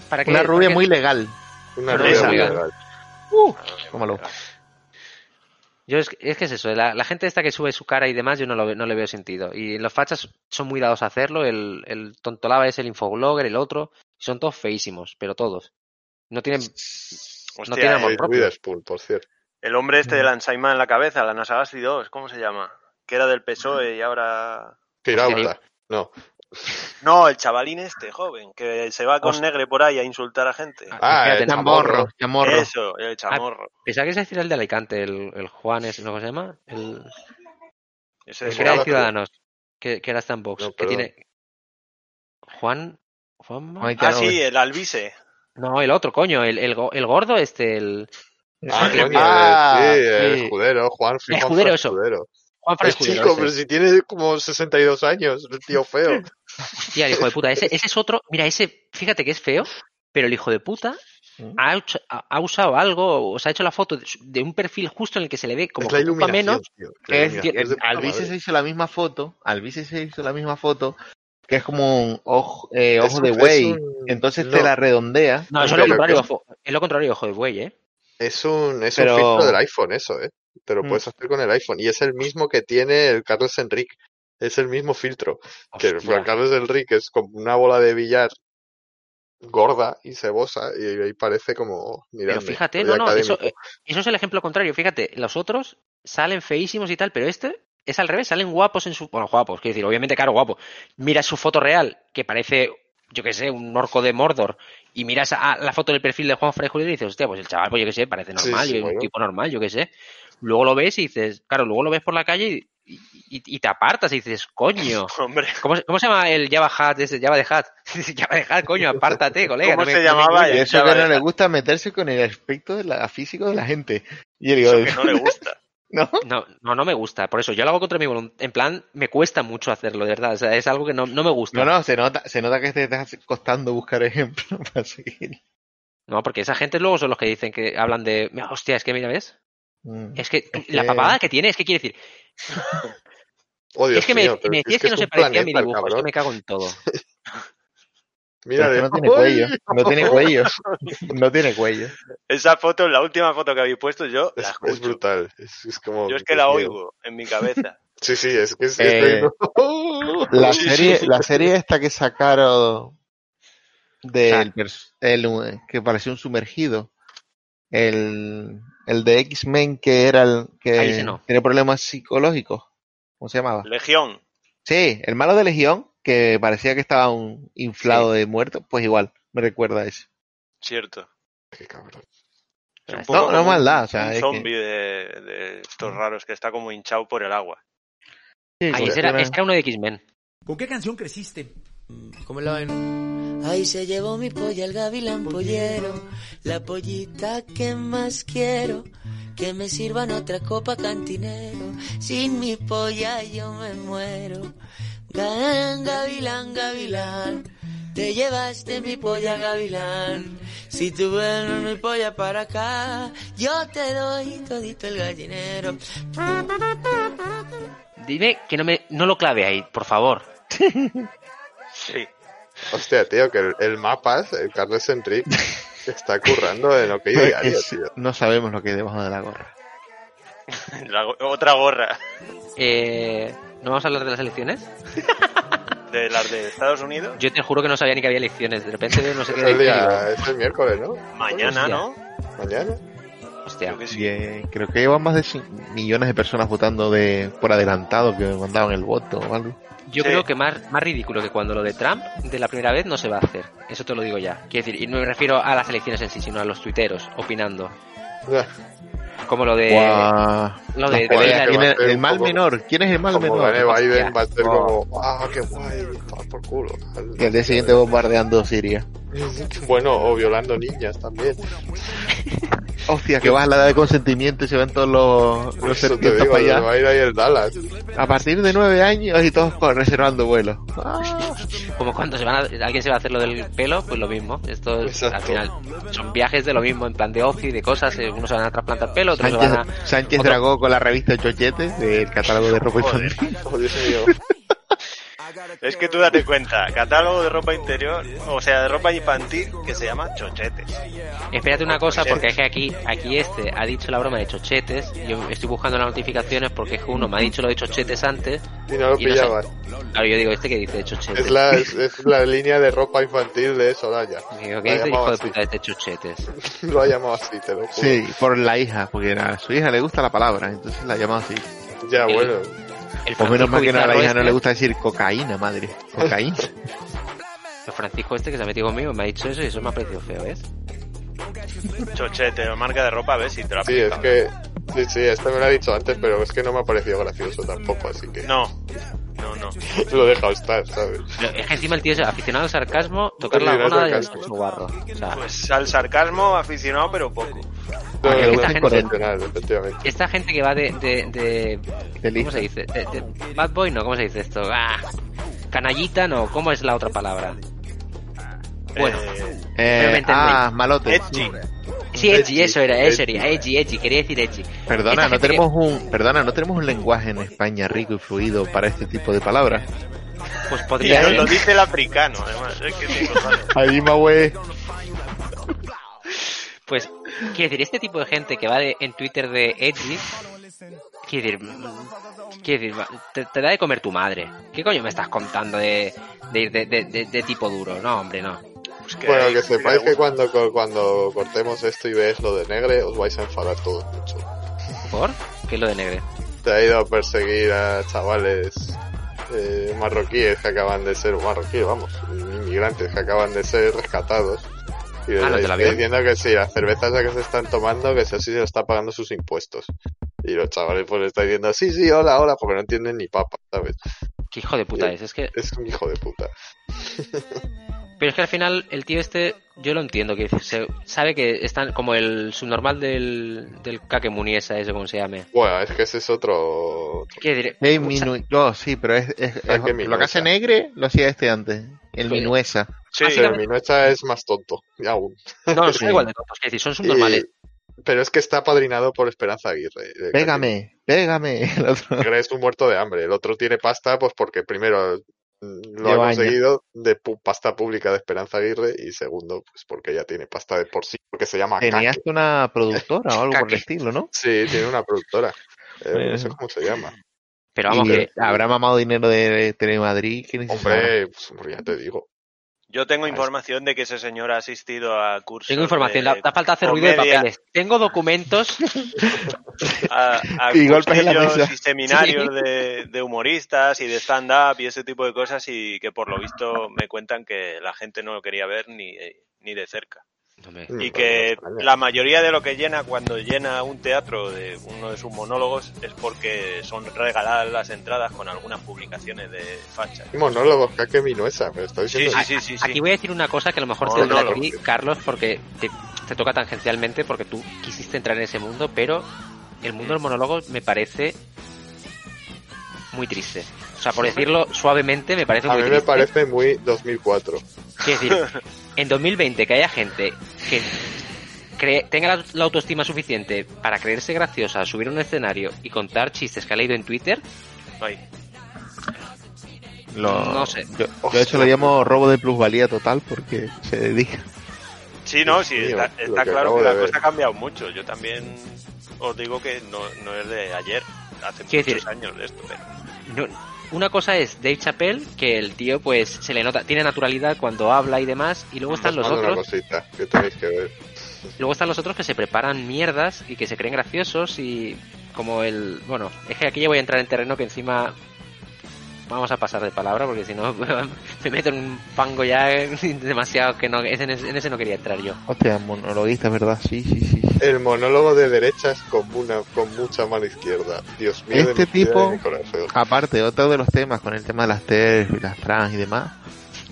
C: ¿para qué-
E: Una
C: para
E: rubia
C: qué-
E: muy legal.
D: Una
C: Pero
D: rubia
F: esa.
D: muy legal.
C: Uh,
E: Cómalo.
C: Yo es, es que es eso, eh, la, la gente esta que sube su cara y demás, yo no, lo, ve- no le veo sentido. Y los fachas son muy dados a hacerlo, el, el tontolaba es el infoblogger, el otro, y son todos feísimos, pero todos. No tienen...
F: Hostia,
C: tiene amor
F: eh,
D: Reed
C: propio.
D: Witherspoon, por cierto.
F: el hombre este de la ensaima en la cabeza, la Nasagasti 2, ¿cómo se llama? Que era del PSOE E y ahora...
D: Girauta. No.
F: No, el chavalín este, joven, que se va con
C: Hostia.
F: negre por ahí a insultar a gente.
D: Ah,
C: Espérate,
D: el
E: Chamorro,
D: chamorro.
E: chamorro.
F: Eso, el chamorro.
C: Pensaba que ese es el de Alicante, el, el Juan, es, ¿no cómo se llama? El,
F: Ese
C: el
F: es
C: que era de
D: Juan.
C: Ciudadanos, que, que era Stanbox,
D: No,
C: que
D: perdón.
C: tiene... Juan... Juan...
E: Ay,
F: Ah,
E: claro.
F: sí, el albise.
C: No, el otro, coño, el, el, go- el gordo, este, el
D: Ah,
F: que-
D: coño,
E: ah,
D: eh, sí, el
E: sí.
D: escudero, Juan Juan
C: escudero,
D: Fran
C: eso.
D: Escudero.
C: Juan Fran
D: Es
C: Escudero,
D: chico,
C: ese.
D: pero si tiene como 62 años, el tío feo.
C: Hostia, el hijo de puta. Ese, ese es otro. Mira, ese, fíjate que es feo, pero el hijo de puta
D: Mm.
C: ha, hecho- ha- ha usado algo, o se ha hecho la foto de, su- de un perfil justo en el que se le ve como
D: es la
C: que ocupa
D: iluminación,
C: menos.
D: tío. La
E: Es-
D: iluminación es de puta
E: Albice
D: madre.
E: se hizo la misma foto. Albice se hizo la misma foto. Que es como un ojo, eh,
D: Es
E: ojo
D: un-
E: de
D: es
E: buey.
D: un-
E: Entonces
D: no,
E: te la redondea.
C: No, eso es
D: Pero
C: lo
D: que-
C: contrario, ojo, es lo contrario, hijo de buey, ¿eh?
D: Es un, es
E: Pero-
D: un filtro del iPhone, eso, ¿eh? Te lo
E: Mm.
D: puedes hacer con el iPhone. Y es el mismo que tiene el Carlos Enrique. Es el mismo filtro. Que el
C: Hostia.
D: Carlos Enrique es como una bola de billar gorda y cebosa y ahí parece como...
C: Pero
D: Mirando,
C: fíjate, no, no, eso, eh, eso es el ejemplo contrario. Fíjate, los otros salen feísimos y tal, pero este es al revés, salen guapos en su. Bueno, guapos, quiero decir, obviamente, claro, guapo. Mira su foto real, que parece, yo qué sé, un orco de Mordor, y miras a, a la foto del perfil de Juan Fray Julio y dices, hostia, pues el chaval, pues yo qué sé, parece
D: Sí,
C: normal,
D: sí,
C: yo-
D: bueno.
C: un tipo normal, yo qué sé. Luego lo ves y dices, claro, luego lo ves por la calle y, y- y te apartas y dices, coño.
F: Hombre,
C: ¿Cómo, se- cómo se llama el Java Hat? Ese Java de Hat. Java de Hat, coño, apártate, colega. no
F: ¿Cómo
C: me- no
F: se
C: me
F: llamaba
C: engañes.
E: Y
F: Ya
E: eso que
F: vale.
E: no le gusta meterse con el aspecto de la, físico de la gente. Y yo digo,
F: eso que no le gusta.
E: ¿no?
C: No, no, no me gusta. Por eso yo lo hago contra mi voluntad. En plan, me cuesta mucho hacerlo, de verdad. O sea, es algo que no, no me gusta.
E: No,
C: No,
E: no, se nota, se nota que te está costando buscar ejemplos para seguir.
C: porque esa gente luego son los que dicen que hablan de. "Mira, Hostia, es que mira, ¿ves?
E: Mm.
C: Es que
E: Es
C: la
E: que-
C: papada que tiene, es que quiere decir. es que me, me decías que, no se parecía a mi dibujo. Es que me cago en todo.
E: Pero
D: Mira,
E: es que no tiene cuello, no tiene cuello, no tiene cuello.
F: Esa foto, la última foto que habéis puesto, yo la
D: Es,
F: escucho.
D: es brutal. Es, es como...
F: Yo es que la
D: Dios mío.
F: oigo en mi cabeza.
D: Sí, sí, es que ¡Oh! es...
E: Eh,
D: es-
E: La
D: Sí,
E: serie,
D: sí,
E: la serie esta que sacaron del
C: Sac.
E: pers- el- eh, que parecía un sumergido, el, el de X-Men que era el
C: Ahí
E: que
C: sí no.
E: tiene problemas psicológicos, ¿cómo se llamaba?
F: Legión.
E: Sí, el malo de Legión que parecía que estaba un inflado de muerto, pues igual me recuerda a eso.
F: Cierto.
D: Qué cabrón.
F: Es un
C: No,
F: poco
E: no,
F: como
E: maldad,
F: un-
E: o sea,
F: un
E: es que-
F: zombie de, de estos raros que está como hinchado por el agua.
E: Sí,
C: Ahí
E: como
C: ese era,
E: tiene-
C: ese era uno de X-Men.
G: ¿Con qué canción creciste? ¿Cómo la
H: Ahí se llevó mi polla el gavilán pollero, la pollita que más quiero, que me sirvan otra copa cantinero, sin mi polla yo me muero. Gavilán, gavilán, gavilán, te llevaste mi polla gavilán, si tú ven mi polla para acá, yo te doy todito el gallinero.
C: Dime que no, me, no lo clave ahí, por favor.
F: Sí.
D: Hostia, tío, que el, el Mapas, el Carlos Enrique, está currando en OK Diario,
E: Pues, es-
D: tío.
E: no sabemos lo que hay debajo de la gorra.
F: La go- otra gorra
C: Eh, ¿No vamos a hablar de las elecciones?
F: de las de Estados Unidos.
C: Yo te juro que no sabía ni que había elecciones. De repente veo no sé
D: Es
C: qué.
D: el,
C: elecciones y digo,
D: día, es el miércoles, ¿no?
F: Mañana,
C: Hostia.
F: ¿no?
D: Mañana.
C: Hostia.
F: Creo que sí.
E: Y, eh, creo que llevan más de 5 millones de personas votando de por adelantado que mandaban el voto o algo.
C: Yo
F: Sí.
C: creo que más, más ridículo que cuando lo de Trump de la primera vez no se va a hacer. Eso te lo digo ya. Quiero decir, y no me refiero a las elecciones en sí, sino a los tuiteros opinando. Como lo de.
E: Guau.
C: lo Eh, de-
E: Las peleas
C: de-
E: que
D: de-
E: va a ser el mal
D: un poco-
E: menor. ¿Quién es el mal
D: Como gane
E: menor? Oh.
D: Biden, va a ser
C: Hostia.
D: como, ah, qué guay, toma por culo. tal.
E: Que el día siguiente bombardeando Siria.
D: Bueno, o violando niñas también.
E: Hostia, que vas a la edad de consentimiento y se ven todos los,
D: Por
E: los
D: eso te
E: sentimientos
D: digo,
E: para allá.
D: va a ir ahí el Dallas.
E: A partir de nueve años y todos con- reservando vuelos.
C: Ah, Como cuando se van a- alguien se va a hacer lo del pelo, pues lo mismo. Esto es-
D: Exacto.
C: al final son viajes de lo mismo, en plan de ocio y de cosas. eh, Unos se van a trasplantar pelo, otros se
E: Sánchez,
C: van a.
E: Sánchez
C: otro-
E: Dragó con la revista Chochete del catálogo de ropa
F: Joder.
E: infantil.
D: Oh, Dios mío.
F: Es que tú date cuenta, catálogo de ropa interior, o sea, de ropa infantil, que se llama chochetes.
C: Espérate una cosa, porque es que aquí, aquí este ha dicho la broma de chochetes. Yo estoy buscando las notificaciones porque es que uno me ha dicho lo de chochetes antes.
D: Y no lo
C: Y no sé.
D: pillabas.
C: Claro, yo digo, ¿este que dice de chochetes?
D: Es la, es, es la línea de ropa infantil de Soraya.
C: Digo,
D: Lo
C: ¿Qué
D: ha
C: dice el
D: llamado
C: hijo de
D: así.
C: puta de este chochetes?
D: Lo ha llamado así, te lo juro.
E: Sí, por la hija, porque a su hija le gusta la palabra, entonces la llama así.
D: Ya,
C: El-
D: bueno.
C: El
E: Por Pues menos
C: Francisco
E: mal que no, a la
C: Bizarro
E: hija no
C: este-
E: le gusta decir cocaína, madre. Cocaína.
C: el Francisco este que se ha metido conmigo me ha dicho eso y eso me ha parecido feo, ¿ves?
F: Chochete, marca de ropa, ves si te lo
D: Sí, es
F: aplicas.
D: que. Sí, sí, este me lo ha dicho antes, pero es que no me ha parecido gracioso tampoco, así que.
F: No, no, no.
D: Lo he dejado estar, ¿sabes?
C: Pero es que encima el tío es aficionado al sarcasmo, tocar
D: Sí,
C: la
D: no es
C: bola y el
D: sarcasmo.
C: puto guarro. O sea,
F: Pues al sarcasmo aficionado, pero poco.
D: No,
C: que
D: no,
C: esta
D: es
C: gente-
D: intencional, efectivamente.
C: esta gente que va de... de, de-
E: Feliz.
C: ¿Cómo se dice? De, de- bad boy, no, ¿cómo se dice esto? Ah, canallita, no, ¿cómo es la otra palabra? Bueno,
F: Eh,
C: Pero me
E: Eh,
C: entendéis.
E: ah, malote.
F: edgy.
C: sí, edgy,
D: edgy,
C: eso era, eso
D: edgy.
C: era, edgy, edgy, quería decir edgy. Esta
E: Perdona, no
C: gente que-
E: tenemos un, perdona, no tenemos un lenguaje en España rico y fluido para este tipo de palabras.
C: Pues
F: Y
C: podría
F: nos lo
C: ser.
F: dice el africano, además. Es que digo, vale.
E: Ahí, güey.
C: Pues, quiero decir, este tipo de gente que va de- en Twitter de Edgy, quiero decir, mm, quiero decir, va- te, te da de comer tu madre. ¿Qué coño me estás contando de, de ir de, de- de- de tipo duro? No, hombre, no.
F: Pues que
D: Bueno,
F: ahí-
D: que sepáis que cuando, co- cuando cortemos esto y veáis lo de negre, os vais a enfadar todos mucho.
C: ¿Por? ¿Qué es lo de negre?
D: Te ha ido a perseguir a chavales eh, marroquíes que acaban de ser, marroquíes, vamos, inmigrantes que acaban de ser rescatados. Y les
C: Ah, ¿los del
D: está
C: avión?
D: diciendo que sí, las cervezas que se están tomando, que eso sí se está pagando sus impuestos. Y los chavales pues le están diciendo, sí, sí, hola, hola, porque no entienden ni papa, ¿sabes?
C: ¿Qué hijo de puta
D: Sí.
C: es? Es que,
D: Es un hijo de puta.
C: pero es que al final el tío este, yo lo entiendo, que se, sabe que están como el subnormal del, del Kakemuni esa, ese como se llame.
D: Bueno, es que ese es otro...
C: Quiero decir,
E: Hey,
C: mucha-
E: minu... no, sí, pero es, es-
D: Ah,
E: es-
D: que
E: lo que
D: Minuesa.
E: hace Negre lo hacía este antes, el
C: Sí.
E: Minuesa.
F: Sí,
D: Pero Minuecha es más tonto, ya aún.
C: no, son
E: Sí.
C: igual de tontos, quiero decir, son
D: Y-
C: subnormales.
D: pero es que está apadrinado por Esperanza Aguirre. Eh,
E: Pégame, pégame. El otro.
D: Aguirre es un muerto de hambre. El otro tiene pasta, pues porque primero mm, lo
E: Lleva
D: ha
E: años.
D: conseguido de pu- pasta pública de Esperanza Aguirre y segundo, pues porque ya tiene pasta de por sí, porque se llama
E: Tenías
D: Kake.
E: una productora o algo por
C: Kake.
E: el estilo, ¿no?
D: Sí, tiene una productora. Eh,
E: Bueno.
D: no sé cómo se llama.
C: Pero vamos,
E: Y
C: que
E: habrá mamado dinero de Telemadrid. ¿quién es ese?
D: Hombre, pues, hombre, ya te digo.
F: yo tengo información de que ese señor ha asistido a cursos.
C: tengo información,
F: de-
C: la, la falta hacer ruido de
F: comedia.
C: papeles. Tengo documentos
F: a, a
E: Y golpes en la
F: cursillos
E: mesa.
F: y seminarios de, de humoristas y de stand-up y ese tipo de cosas y que por lo visto me cuentan que la gente no lo quería ver ni, eh, ni de cerca.
C: Hombre,
D: Mm,
F: Y
D: pues,
F: que
D: no extraña.
F: la mayoría de lo que llena cuando llena un teatro de uno de sus monólogos es porque son regaladas las entradas con algunas publicaciones de facha.
D: Monólogos, Kake Minuesa, me lo está
F: Sí,
D: diciendo.
F: sí, sí, sí. sí.
C: Aquí voy a decir una cosa que a lo mejor
F: No,
C: te duele
F: no,
C: a
F: no.
C: ti, Carlos, porque te, te toca tangencialmente, porque tú quisiste entrar en ese mundo, pero el mundo del monólogo me parece muy triste. O sea, por decirlo suavemente, me parece
D: A
C: muy
D: mí me
C: triste.
D: parece muy 2004.
C: Quiero decir, en 2020 que haya gente que cree- tenga la, la autoestima suficiente para creerse graciosa, subir a un escenario y contar chistes que ha leído en Twitter,
F: Ay,
E: Lo-
C: no sé.
E: Yo, yo de hecho lo llamo robo de plusvalía total porque se dedica.
F: Sí, no,
D: Dios
F: sí,
D: mío,
F: está,
D: Pues lo
F: está
D: que
F: claro
D: acabo
F: que
D: de
F: la
D: ver.
F: cosa ha cambiado mucho. Yo también os digo que no, no es de ayer, hace muchos
C: Quiero decir-
F: años de esto. ¿eh? pero-
C: No, una cosa es Dave Chappelle, que el tío pues se le nota, tiene naturalidad cuando habla y demás, y luego están los
D: Os mando
C: otros
D: Una cosita que tenéis que ver.
C: Luego están los otros que se preparan mierdas y que se creen graciosos y como el... Bueno, es que aquí ya voy a entrar en terreno que encima... Vamos a pasar de palabra porque si no me meto en un pango ya demasiado que no... En ese, en ese no quería entrar yo.
E: Hostia, monologuista, ¿verdad? Sí, sí, sí.
D: El monólogo de derechas con, una, con mucha mano izquierda. Dios mío, de
E: Este
D: mi vida y
E: tipo-
D: mi corazón.
E: Aparte, otro de los temas, con el tema de las TERF y las trans y demás,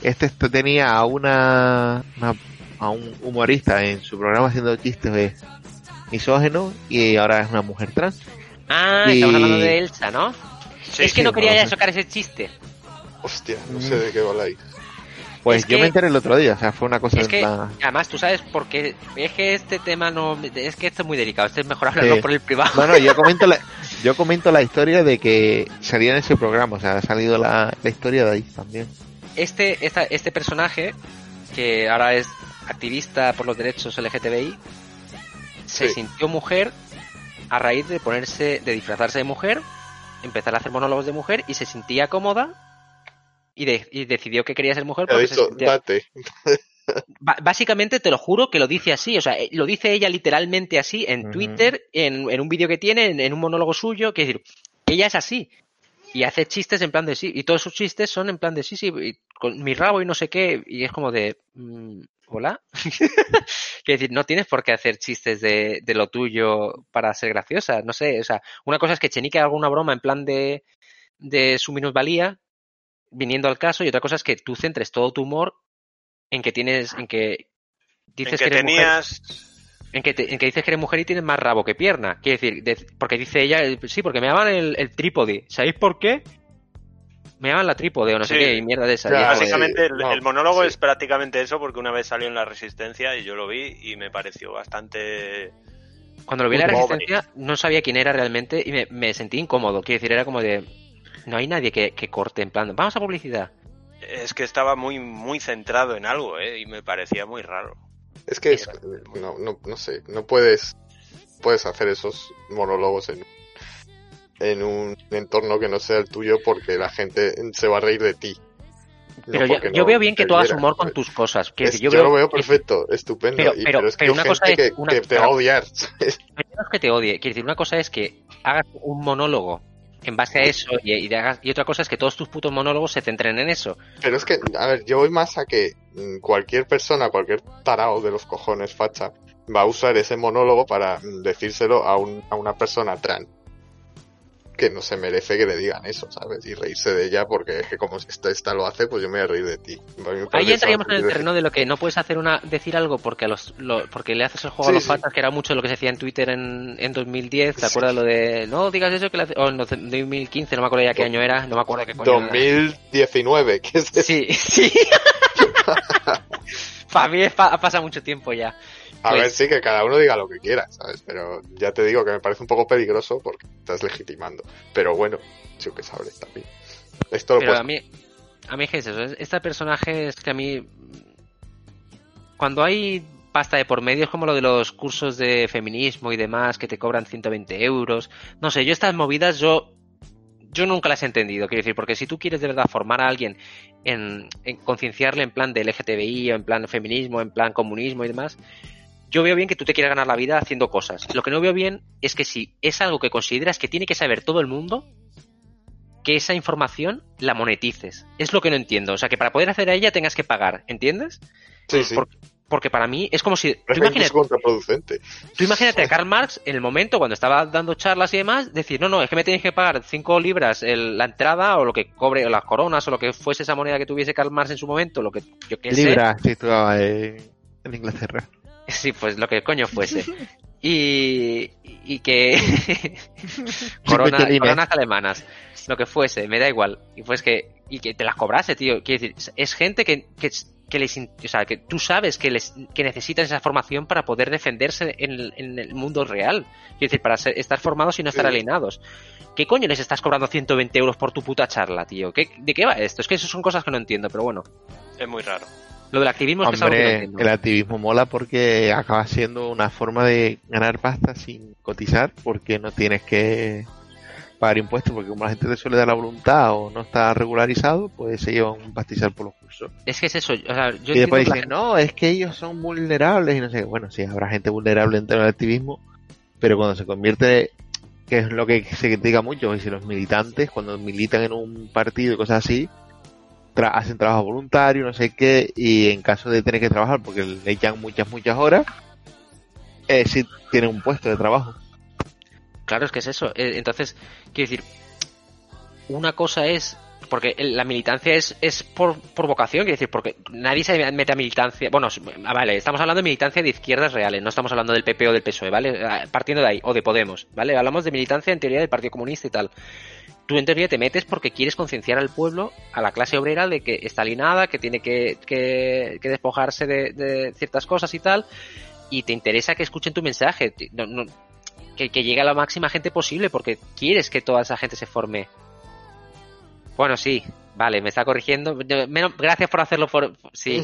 E: este est- tenía a una, una- a un humorista en su programa haciendo chistes de misógeno y ahora es una mujer trans.
C: Ah,
E: Y-
C: estamos hablando de Elsa, ¿no? es que
E: sí,
C: no quería
E: no
C: ya
E: sé.
C: tocar ese chiste.
D: Hostia, no sé de qué voláis.
E: Pues
C: Es
E: yo
C: que-
E: me enteré el otro día, o sea, fue una cosa
C: Es
E: en
C: que,
E: plan-
C: además, tú sabes, porque es que este tema no. Es que esto es muy delicado. Este es mejor hablarlo
E: Sí.
C: por el privado.
E: No, no, yo comento la, yo comento la historia de que salía en ese programa, o sea, ha salido la, la historia de ahí también.
C: Este, esta- este personaje, que ahora es activista por los derechos LGTBI, se
D: Sí.
C: sintió mujer a raíz de ponerse, de disfrazarse de mujer, empezar a hacer monólogos de mujer y se sentía cómoda y, de- y decidió que quería ser mujer.
D: Ha
C: porque se
D: dicho,
C: sentía-
D: date.
C: Ba- básicamente te lo juro que lo dice así, o sea, eh, lo dice ella literalmente así en
E: Ujú.
C: Twitter, en, en un vídeo que tiene, en, en un monólogo suyo, que es decir, ella es así. Y hace chistes en plan de sí, y todos sus chistes son en plan de sí, sí, y con mi rabo y no sé qué, y es como de, mm, hola. Quiero decir, no tienes por qué hacer chistes de, de lo tuyo para ser graciosa, no sé, o sea, una cosa es que Chenique haga una broma en plan de, de su minusvalía, viniendo al caso, y otra cosa es que tú centres todo tu humor en que tienes, en que dices
F: en que,
C: eres mujer,
F: tenías.
C: en que, te- en que dices que eres mujer y tienes más rabo que pierna. Quiere decir, de- porque dice ella, eh, sí, porque me llaman el, el trípode. ¿Sabéis por qué? Me llaman la trípode o no sé
F: Sí.
C: qué, y mierda de esa. eh.
D: Ya,
C: Y es como de-
F: Básicamente el,
D: no,
F: el monólogo
D: sí.
F: es prácticamente eso porque una vez salió en la Resistencia y yo lo vi y me pareció bastante...
C: cuando lo vi en la
F: Muy pobre.
C: resistencia no sabía quién era realmente y me, me sentí incómodo. Quiero decir, era como de, no hay nadie que, que corte en plan, vamos a publicidad.
F: Es que estaba muy, muy centrado en algo, ¿eh? Y me parecía muy raro.
D: Es que es- no, no, no sé, no puedes, puedes hacer esos monólogos en, en un entorno que no sea el tuyo porque la gente se va a reír de ti. No
C: Pero yo,
D: porque
C: yo
D: no
C: veo bien que
D: te
C: tú hagas
D: quiera.
C: humor con tus cosas. Quiero
D: Es-
C: decir,
D: yo
C: yo, veo
D: lo veo
C: que-
D: perfecto, estupendo.
C: Pero-
D: y-
C: pero-
D: es que
C: pero
D: hay
C: una cosa
D: gente
C: es-
D: que,
C: una-
D: que te va a odiar. ¿sabes?
C: Pero no es que te odie. Quiero decir, una cosa es que hagas un monólogo en base a eso y, y te hagas- y otra cosa es que todos tus putos monólogos se centren en eso.
D: Pero es que, a ver, yo voy más a que mm, cualquier persona, cualquier tarao de los cojones facha, va a usar ese monólogo para mm, decírselo a, un, a una persona trans. Que no se merece que le digan eso, ¿sabes? Y reírse de ella porque es que como esta, esta lo hace, pues yo me voy a reír de ti. A mí me parece
C: Ahí entraríamos
D: una
C: en el
D: estupidez.
C: terreno de lo que no puedes hacer una decir algo porque a los lo- porque le haces el juego
D: Sí,
C: a los
D: sí.
C: fatas que era mucho lo que se hacía en Twitter en, en 2010, ¿te
D: Sí.
C: acuerdas lo de no digas eso que le hace- o en 12 2015, no me acuerdo ya qué
D: Do-
C: año era, no me acuerdo qué coño. era.
D: 2019, que es
C: Sí, sí. Para mí es pa- ha pasado mucho tiempo ya.
D: A
C: Pues-
D: ver, sí, que cada uno diga lo que quiera, ¿sabes? Pero ya te digo que me parece un poco peligroso porque estás legitimando. Pero bueno, yo que sabré también. Esto lo
C: Pero
D: puedes...
C: a mí, a mí es que es eso. es- Este personaje es que a mí. Cuando hay pasta de por medio, es como lo de los cursos de feminismo y demás que te cobran 120 euros. No sé, yo estas movidas yo. Yo nunca las he entendido, quiero decir, porque si tú quieres de verdad formar a alguien en, en concienciarle en plan de LGTBI o en plan feminismo, en plan comunismo y demás, yo veo bien que tú te quieras ganar la vida haciendo cosas. Lo que no veo bien es que si es algo que consideras que tiene que saber todo el mundo, que esa información la monetices. Es lo que no entiendo. O sea, que para poder hacer a ella tengas que pagar, ¿entiendes?
D: Sí, sí.
C: por- Porque para mí es como si... Tú
D: Es incluso
C: imagínate,
D: contraproducente.
C: tú imagínate a Karl Marx en el momento cuando estaba dando charlas y demás, decir, no, no, es que me tenéis que pagar 5 libras el- la entrada o lo que cobre, o las coronas o lo que fuese esa moneda que tuviese Karl Marx en su momento, lo que yo qué sé.
E: Libra, sí, estaba en, en Inglaterra.
C: Sí, pues lo que coño fuese. Y, y que corona,
E: Cinco chelines.
C: coronas alemanas, lo que fuese, me da igual. Y pues que y que te las cobrase, tío. Quiero decir, es gente que, que, que les, in- o sea, que tú sabes que les que necesitan esa formación para poder defenderse en el, en el mundo real. Quiero decir, para ser- estar formados y no estar
D: Sí.
C: alienados. ¿Qué coño les estás cobrando 120 euros por tu puta charla, tío? ¿Qué, ¿De qué va esto? Es que eso son cosas que no entiendo, pero bueno.
F: Es muy raro.
C: Lo del activismo es que es algo que no
E: Hombre,
C: entiendo.
E: el activismo mola porque acaba siendo una forma de ganar pasta sin cotizar porque no tienes que pagar impuestos, porque como la gente le suele dar la voluntad o no está regularizado, pues se llevan un pastizal por los cursos.
C: Es que es eso. O sea, yo
E: y
C: entiendo
E: después
C: que la
E: dicen, no, es que ellos son vulnerables y no sé, qué. bueno, sí, habrá gente vulnerable dentro del activismo, pero cuando se convierte, que es lo que se critica mucho, es decir, los militantes, cuando militan en un partido y cosas así, tra- hacen trabajo voluntario, no sé qué, y en caso de tener que trabajar, porque le echan muchas, muchas horas, eh, sí tienen un puesto de trabajo.
C: Claro, es que es eso. Eh, Entonces, quiero decir, una cosa es. Porque el- la militancia es, es por, por vocación, quiero decir, porque nadie se mete a militancia. Bueno, s- ah, vale, estamos hablando de militancia de izquierdas reales, no estamos hablando del PP o del PSOE, ¿vale? Ah, Partiendo de ahí, o de Podemos, ¿vale? Hablamos de militancia en teoría del Partido Comunista y tal. Tú en teoría te metes porque quieres concienciar al pueblo, a la clase obrera, de que está alienada, que tiene que, que- que despojarse de, de ciertas cosas y tal, y te interesa que escuchen tu mensaje. Ti- no- no, que, que llegue a la máxima gente posible, porque quieres que toda esa gente se forme. Bueno, sí, vale, me está corrigiendo. No, menos- gracias por hacerlo por. Sí.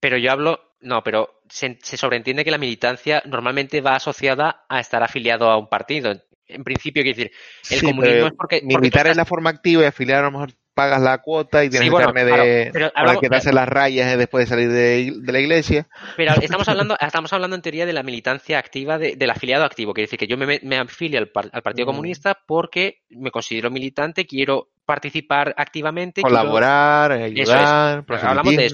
C: Pero yo hablo. No, pero se, se sobreentiende que la militancia normalmente va asociada a estar afiliado a un partido. En, en principio, quiero decir, el
E: Sí,
C: comunismo
E: pero
C: es porque. porque tú
E: militar
C: estás-
E: es la forma activa y afiliar a lo mejor pagas la cuota y tienes
C: Sí,
E: el
C: bueno,
E: carnet
C: claro,
E: de
C: pero
E: con el
C: hablamos-
E: que te hacen las rayas eh, después de salir de, de la iglesia
C: Pero estamos hablando, estamos hablando en teoría de la militancia activa, de- del afiliado activo. Quiere decir que yo me, me afilio al, par- al Partido
E: Mm.
C: Comunista porque me considero militante, quiero participar activamente. quiero-
E: colaborar
C: Eso
E: ayudar
C: hablamos de esto.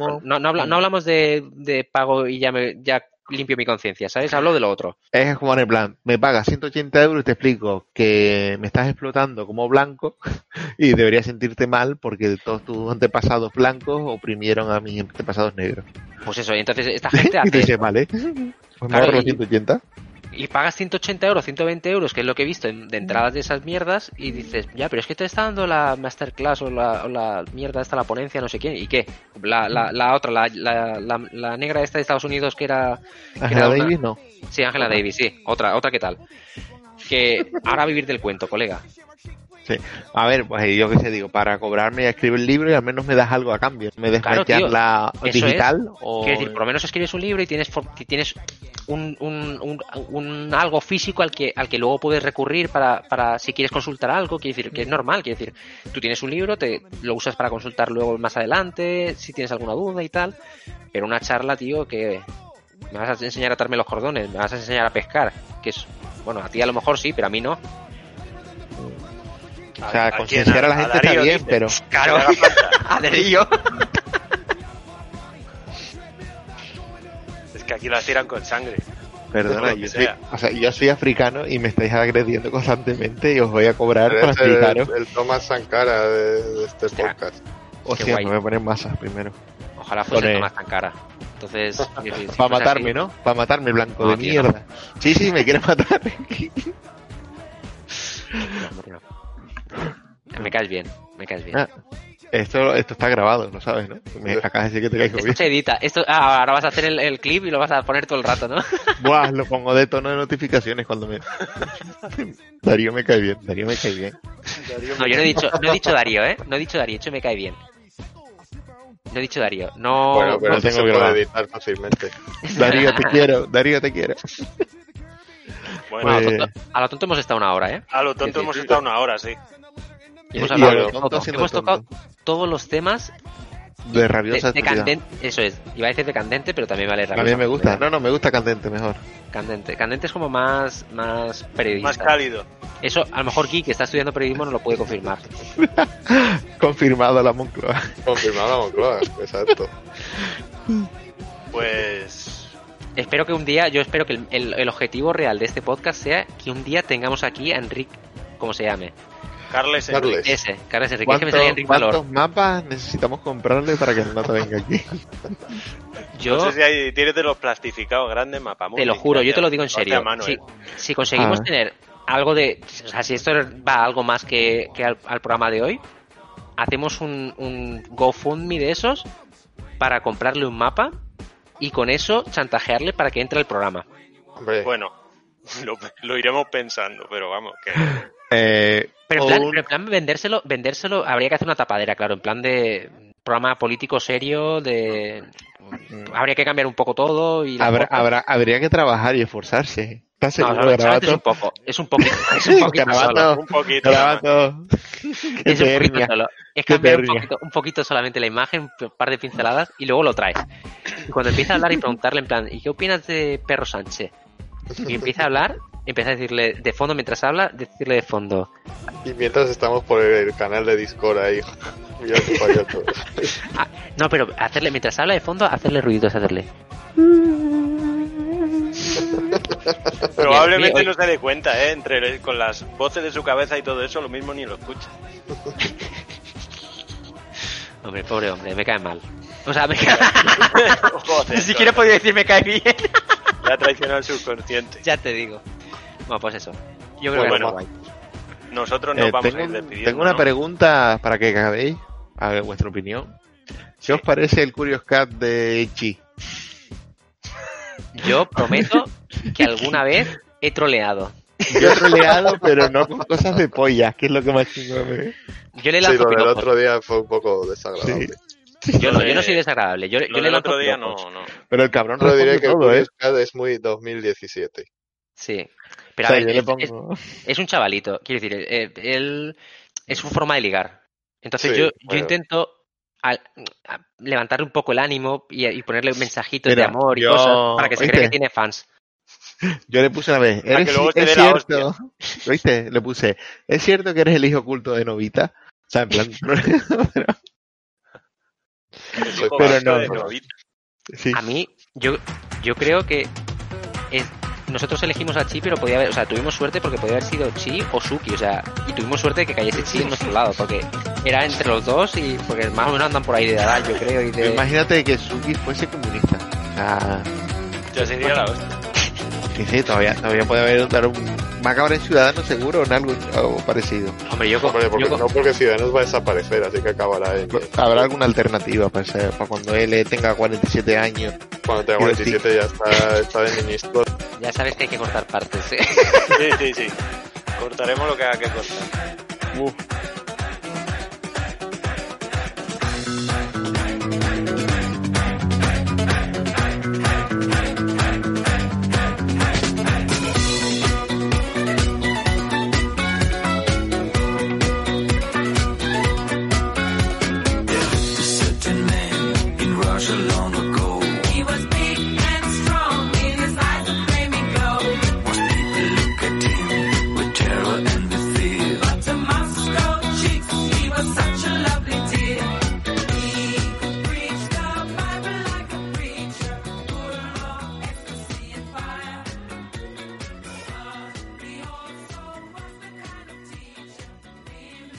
E: proselitismo.
C: No, no habla- no hablamos de, de pago y ya, me- ya limpio mi conciencia, ¿sabes? Hablo de lo otro.
E: es como en el plan me pagas 180 euros y te explico que me estás explotando como blanco y deberías sentirte mal porque todos tus antepasados blancos oprimieron a mis antepasados negros
C: Pues eso, y entonces esta gente
E: y
C: hace
E: te dices vale pues me
C: Claro,
E: ahorro los
C: y-
E: 180
C: y pagas 180 euros, 120 euros, que es lo que he visto en- de entradas de esas mierdas, y dices, ya, pero es que te está dando la masterclass o la, o la mierda esta, la ponencia, no sé quién, ¿y qué? La, la, la otra, la, la, la, la negra esta de Estados Unidos que era...
E: Angela
C: una-
E: Davis no
C: Sí, Ángela Davis, sí, otra, otra que tal. Que ahora vivir del cuento, colega.
E: A ver, pues yo qué sé, digo, para cobrarme ya escribe el libro y al menos me das algo a cambio. Me dejas
C: Claro, tío,
E: la
C: eso
E: digital o...
C: Quiero decir, por lo menos escribes un libro y tienes, for- y tienes un, un- un- un algo físico al que, al que luego puedes recurrir para, para si quieres consultar algo. Quiero decir, que es normal. Quiero decir, tú tienes un libro, te lo usas para consultar luego más adelante, si tienes alguna duda y tal. Pero una charla, tío, que me vas a enseñar a atarme los cordones, me vas a enseñar a pescar. Que es, bueno, a ti a lo mejor sí, pero a mí no.
E: o sea,
F: ¿A quién?
E: concienciar a la
F: ¿A
E: gente está
F: Darío,
E: bien,
F: dices?
E: pero...
C: Claro,
F: Le haga falta.
C: a Derillo.
F: Es que aquí las tiran con sangre.
E: Perdona,
F: Lo que
E: yo soy,
F: sea.
E: o sea, yo soy africano y me estáis agrediendo constantemente y os voy a cobrar para ¿eh?
D: Eres el,
E: explicaros.
D: el Thomas Sankara de, de este podcast.
E: O
C: Qué
E: sea,
C: guay.
E: me voy a poner masas primero.
C: Ojalá fuese
E: Ole.
C: Tomás tan cara. Entonces, quiero
F: pues
C: decir, si
E: Para
C: fuese
E: matarme,
C: así-
E: ¿no? Para matarme, blanco
F: Ah,
C: No,
E: de
C: tío, no.
E: mierda. Sí, sí, me quiere matar.
C: No, no. Me caes bien, me caes bien.
E: Ah, esto, esto está grabado, lo sabes, ¿no? Me acabas de decir que te caigo
C: Esto
E: bien.
C: se edita. Esto, ah, ahora vas a hacer el, el clip y lo vas a poner todo el rato, ¿no?
E: Buah, lo pongo de tono de notificaciones cuando me... Darío me cae bien, Darío me cae bien.
C: No, yo no he dicho, no he dicho Darío, ¿eh? No he dicho Darío, he dicho me cae bien. No he dicho Darío. No.
D: bueno, pero
E: no
D: eso
E: tengo
D: se
E: grabado.
D: puede editar fácilmente.
E: Darío, te quiero, Darío, te quiero.
F: Bueno,
C: A, lo
E: Pues-
C: tonto, a lo tonto hemos estado una hora, ¿eh?
F: a lo tonto hemos estado una hora, sí.
C: Y hemos
E: Y
C: hablado
E: a lo
C: de
E: tonto
C: todo.
E: siendo
C: Hemos tocado
E: tonto.
C: todos los temas
E: De
C: de,
E: rabiosa
C: de
E: actualidad.
C: candente. Eso es. Iba a decir de candente, pero también vale rabiosa.
E: A mí me gusta. No, no, me gusta candente mejor.
C: Candente. Candente es como más, más periodista.
F: Más cálido.
C: Eso, a lo mejor Guy, que está estudiando periodismo, no lo puede confirmar.
E: Confirmado la Moncloa.
D: Confirmado la Moncloa, exacto.
F: Pues.
C: Espero que un día, yo espero que el, el- el objetivo real de este podcast sea que un día tengamos aquí a Enrique, como se llame,
F: Carles. eh,
D: Carles.
C: ese, Carlos Enrique, es que me
E: ¿Cuánto-
C: salía Enrique Valor.
E: ¿Cuántos mapas necesitamos comprarle para que el nota venga aquí?
F: No
C: Yo
F: sé si hay, tienes de los plastificados grandes mapamundi.
C: te lo juro, yo te lo digo en
F: Hostia,
C: serio.
F: mano,
C: Si,
F: eh.
C: si conseguimos
E: Ah.
C: tener algo de, o sea, si esto va a algo más que, que al, al programa de hoy, hacemos un, un GoFundMe de esos para comprarle un mapa y con eso chantajearle para que entre al programa.
D: Hombre,
F: Bueno, lo, lo iremos pensando, pero vamos, que.
E: Eh,
C: Pero en
E: o
C: plan,
E: un-
C: pero en plan vendérselo, vendérselo, habría que hacer una tapadera, claro, en plan de programa político serio de... Habría que cambiar un poco todo y... la
E: Habrá,
C: cosa-
E: habrá- habría que trabajar y esforzarse. ¿Estás
C: No,
E: seguro,
C: no, Garabato es un
E: Garabato?
C: poco, es un poquito, es un poquito
E: Garabato,
C: solo.
F: Un poquito.
E: Garabato. Qué
C: Es un poquito
E: hernia.
C: solo. Es
E: Qué
C: cambiar un
E: hernia.
C: poquito, un poquito solamente la imagen, un par de pinceladas y luego lo traes. Y cuando empieza a hablar y preguntarle en plan, ¿y qué opinas de Perro Sánchez? Y empieza a hablar, empieza a decirle de fondo mientras habla, decirle de fondo.
D: Y mientras estamos por el canal de Discord ahí, mira qué payaso.
C: "Ah, no, pero hacerle, mientras habla de fondo, hacerle ruiditos, hacerle.
F: Probablemente
C: Oye,
F: no se dé cuenta, ¿eh? Entre, con las voces de su cabeza y todo eso, lo mismo ni lo escucha.
C: Hombre, pobre hombre, me cae mal. O sea, me cae...
F: Joder,
C: ni siquiera he
F: Tony,
C: podido decir me cae bien.
F: Le ha traicionado el subconsciente.
C: ya te digo. Bueno, pues eso. Yo creo
F: Pues
C: que
F: bueno,
C: es guay.
F: Nosotros
E: Eh,
F: nos vamos
E: tengo,
F: a ir
E: un-
F: despidiendo.
E: tengo una
F: ¿no?
E: pregunta para que acabéis, a ver vuestra opinión. ¿Qué os parece el Curious Cat de Chi?
C: Yo prometo que alguna vez he troleado.
E: Yo he troleado, pero no con cosas de pollas, que es lo que más chingón me
C: Yo le
D: Sí,
C: lanzo
D: lo del
C: piropos.
D: otro día fue un poco desagradable.
E: Sí.
C: Yo
F: Lo
C: no, yo no
F: de-
C: soy desagradable. Yo, yo
F: Lo
C: le
F: del
C: lanzo
F: otro día no,
C: piropos.
F: no.
E: Pero el cabrón
D: Yo diré
E: responde
D: que
E: todo, ¿eh?
D: Curious Cat es muy 2017.
C: Sí.
E: O
C: Pero a
E: sea,
C: ver,
E: yo le
C: es, es-
E: pongo...
C: es un chavalito. Quiero decir, eh, él es su forma de ligar. Entonces
D: Sí,
C: yo, yo
D: bueno.
C: intento al- a levantarle un poco el ánimo y, y ponerle mensajitos
E: Mira,
C: de amor y
E: yo-
C: cosas para que se crea que
E: ¿oíste?
C: tiene fans.
E: Yo le puse una vez,
F: Para
E: "Eres-
F: que luego te
E: es
F: dé la
E: cierto, ¿viste? Le puse, es cierto que eres el hijo oculto de Novita. O sea, en plan, pero,
F: El hijo
E: Pero
F: bastardo
E: no,
F: de
E: no.
F: Novita.
E: sí.
C: A mí, yo, yo creo que es- nosotros elegimos a Chi, pero podía haber, o sea, tuvimos suerte porque podía haber sido Chi o Suki, o sea, y tuvimos suerte de que cayese Chi en nuestro lado, porque era entre los dos y porque más o menos andan por ahí de edad, yo creo, y de... Ah.
E: Imagínate que Suki fuese comunista. O
F: Ah,
E: sea,
F: Ya sería la hostia.
E: sí, sí, todavía, todavía puede haber dar un macabro en Ciudadano seguro o en algo, algo parecido.
C: Hombre, yo, co-
D: Hombre, porque,
C: yo co-
D: no porque Ciudadanos va a desaparecer, así que acabará en,
E: Habrá alguna alternativa para, ese- para cuando él tenga 47 años.
D: cuando tenga
E: Quiero decir-
D: 47 ya está, está de ministro.
C: ya sabes que hay que cortar partes, ¿eh?
F: Sí, sí, sí. Cortaremos lo que haga que cortar.
I: He was big and strong in his eyes of flaming glow. But to Moscow chicks, he was such a lovely dear. He could preach the Bible like a preacher, full of ecstasy and fire. But he also was the kind of teacher women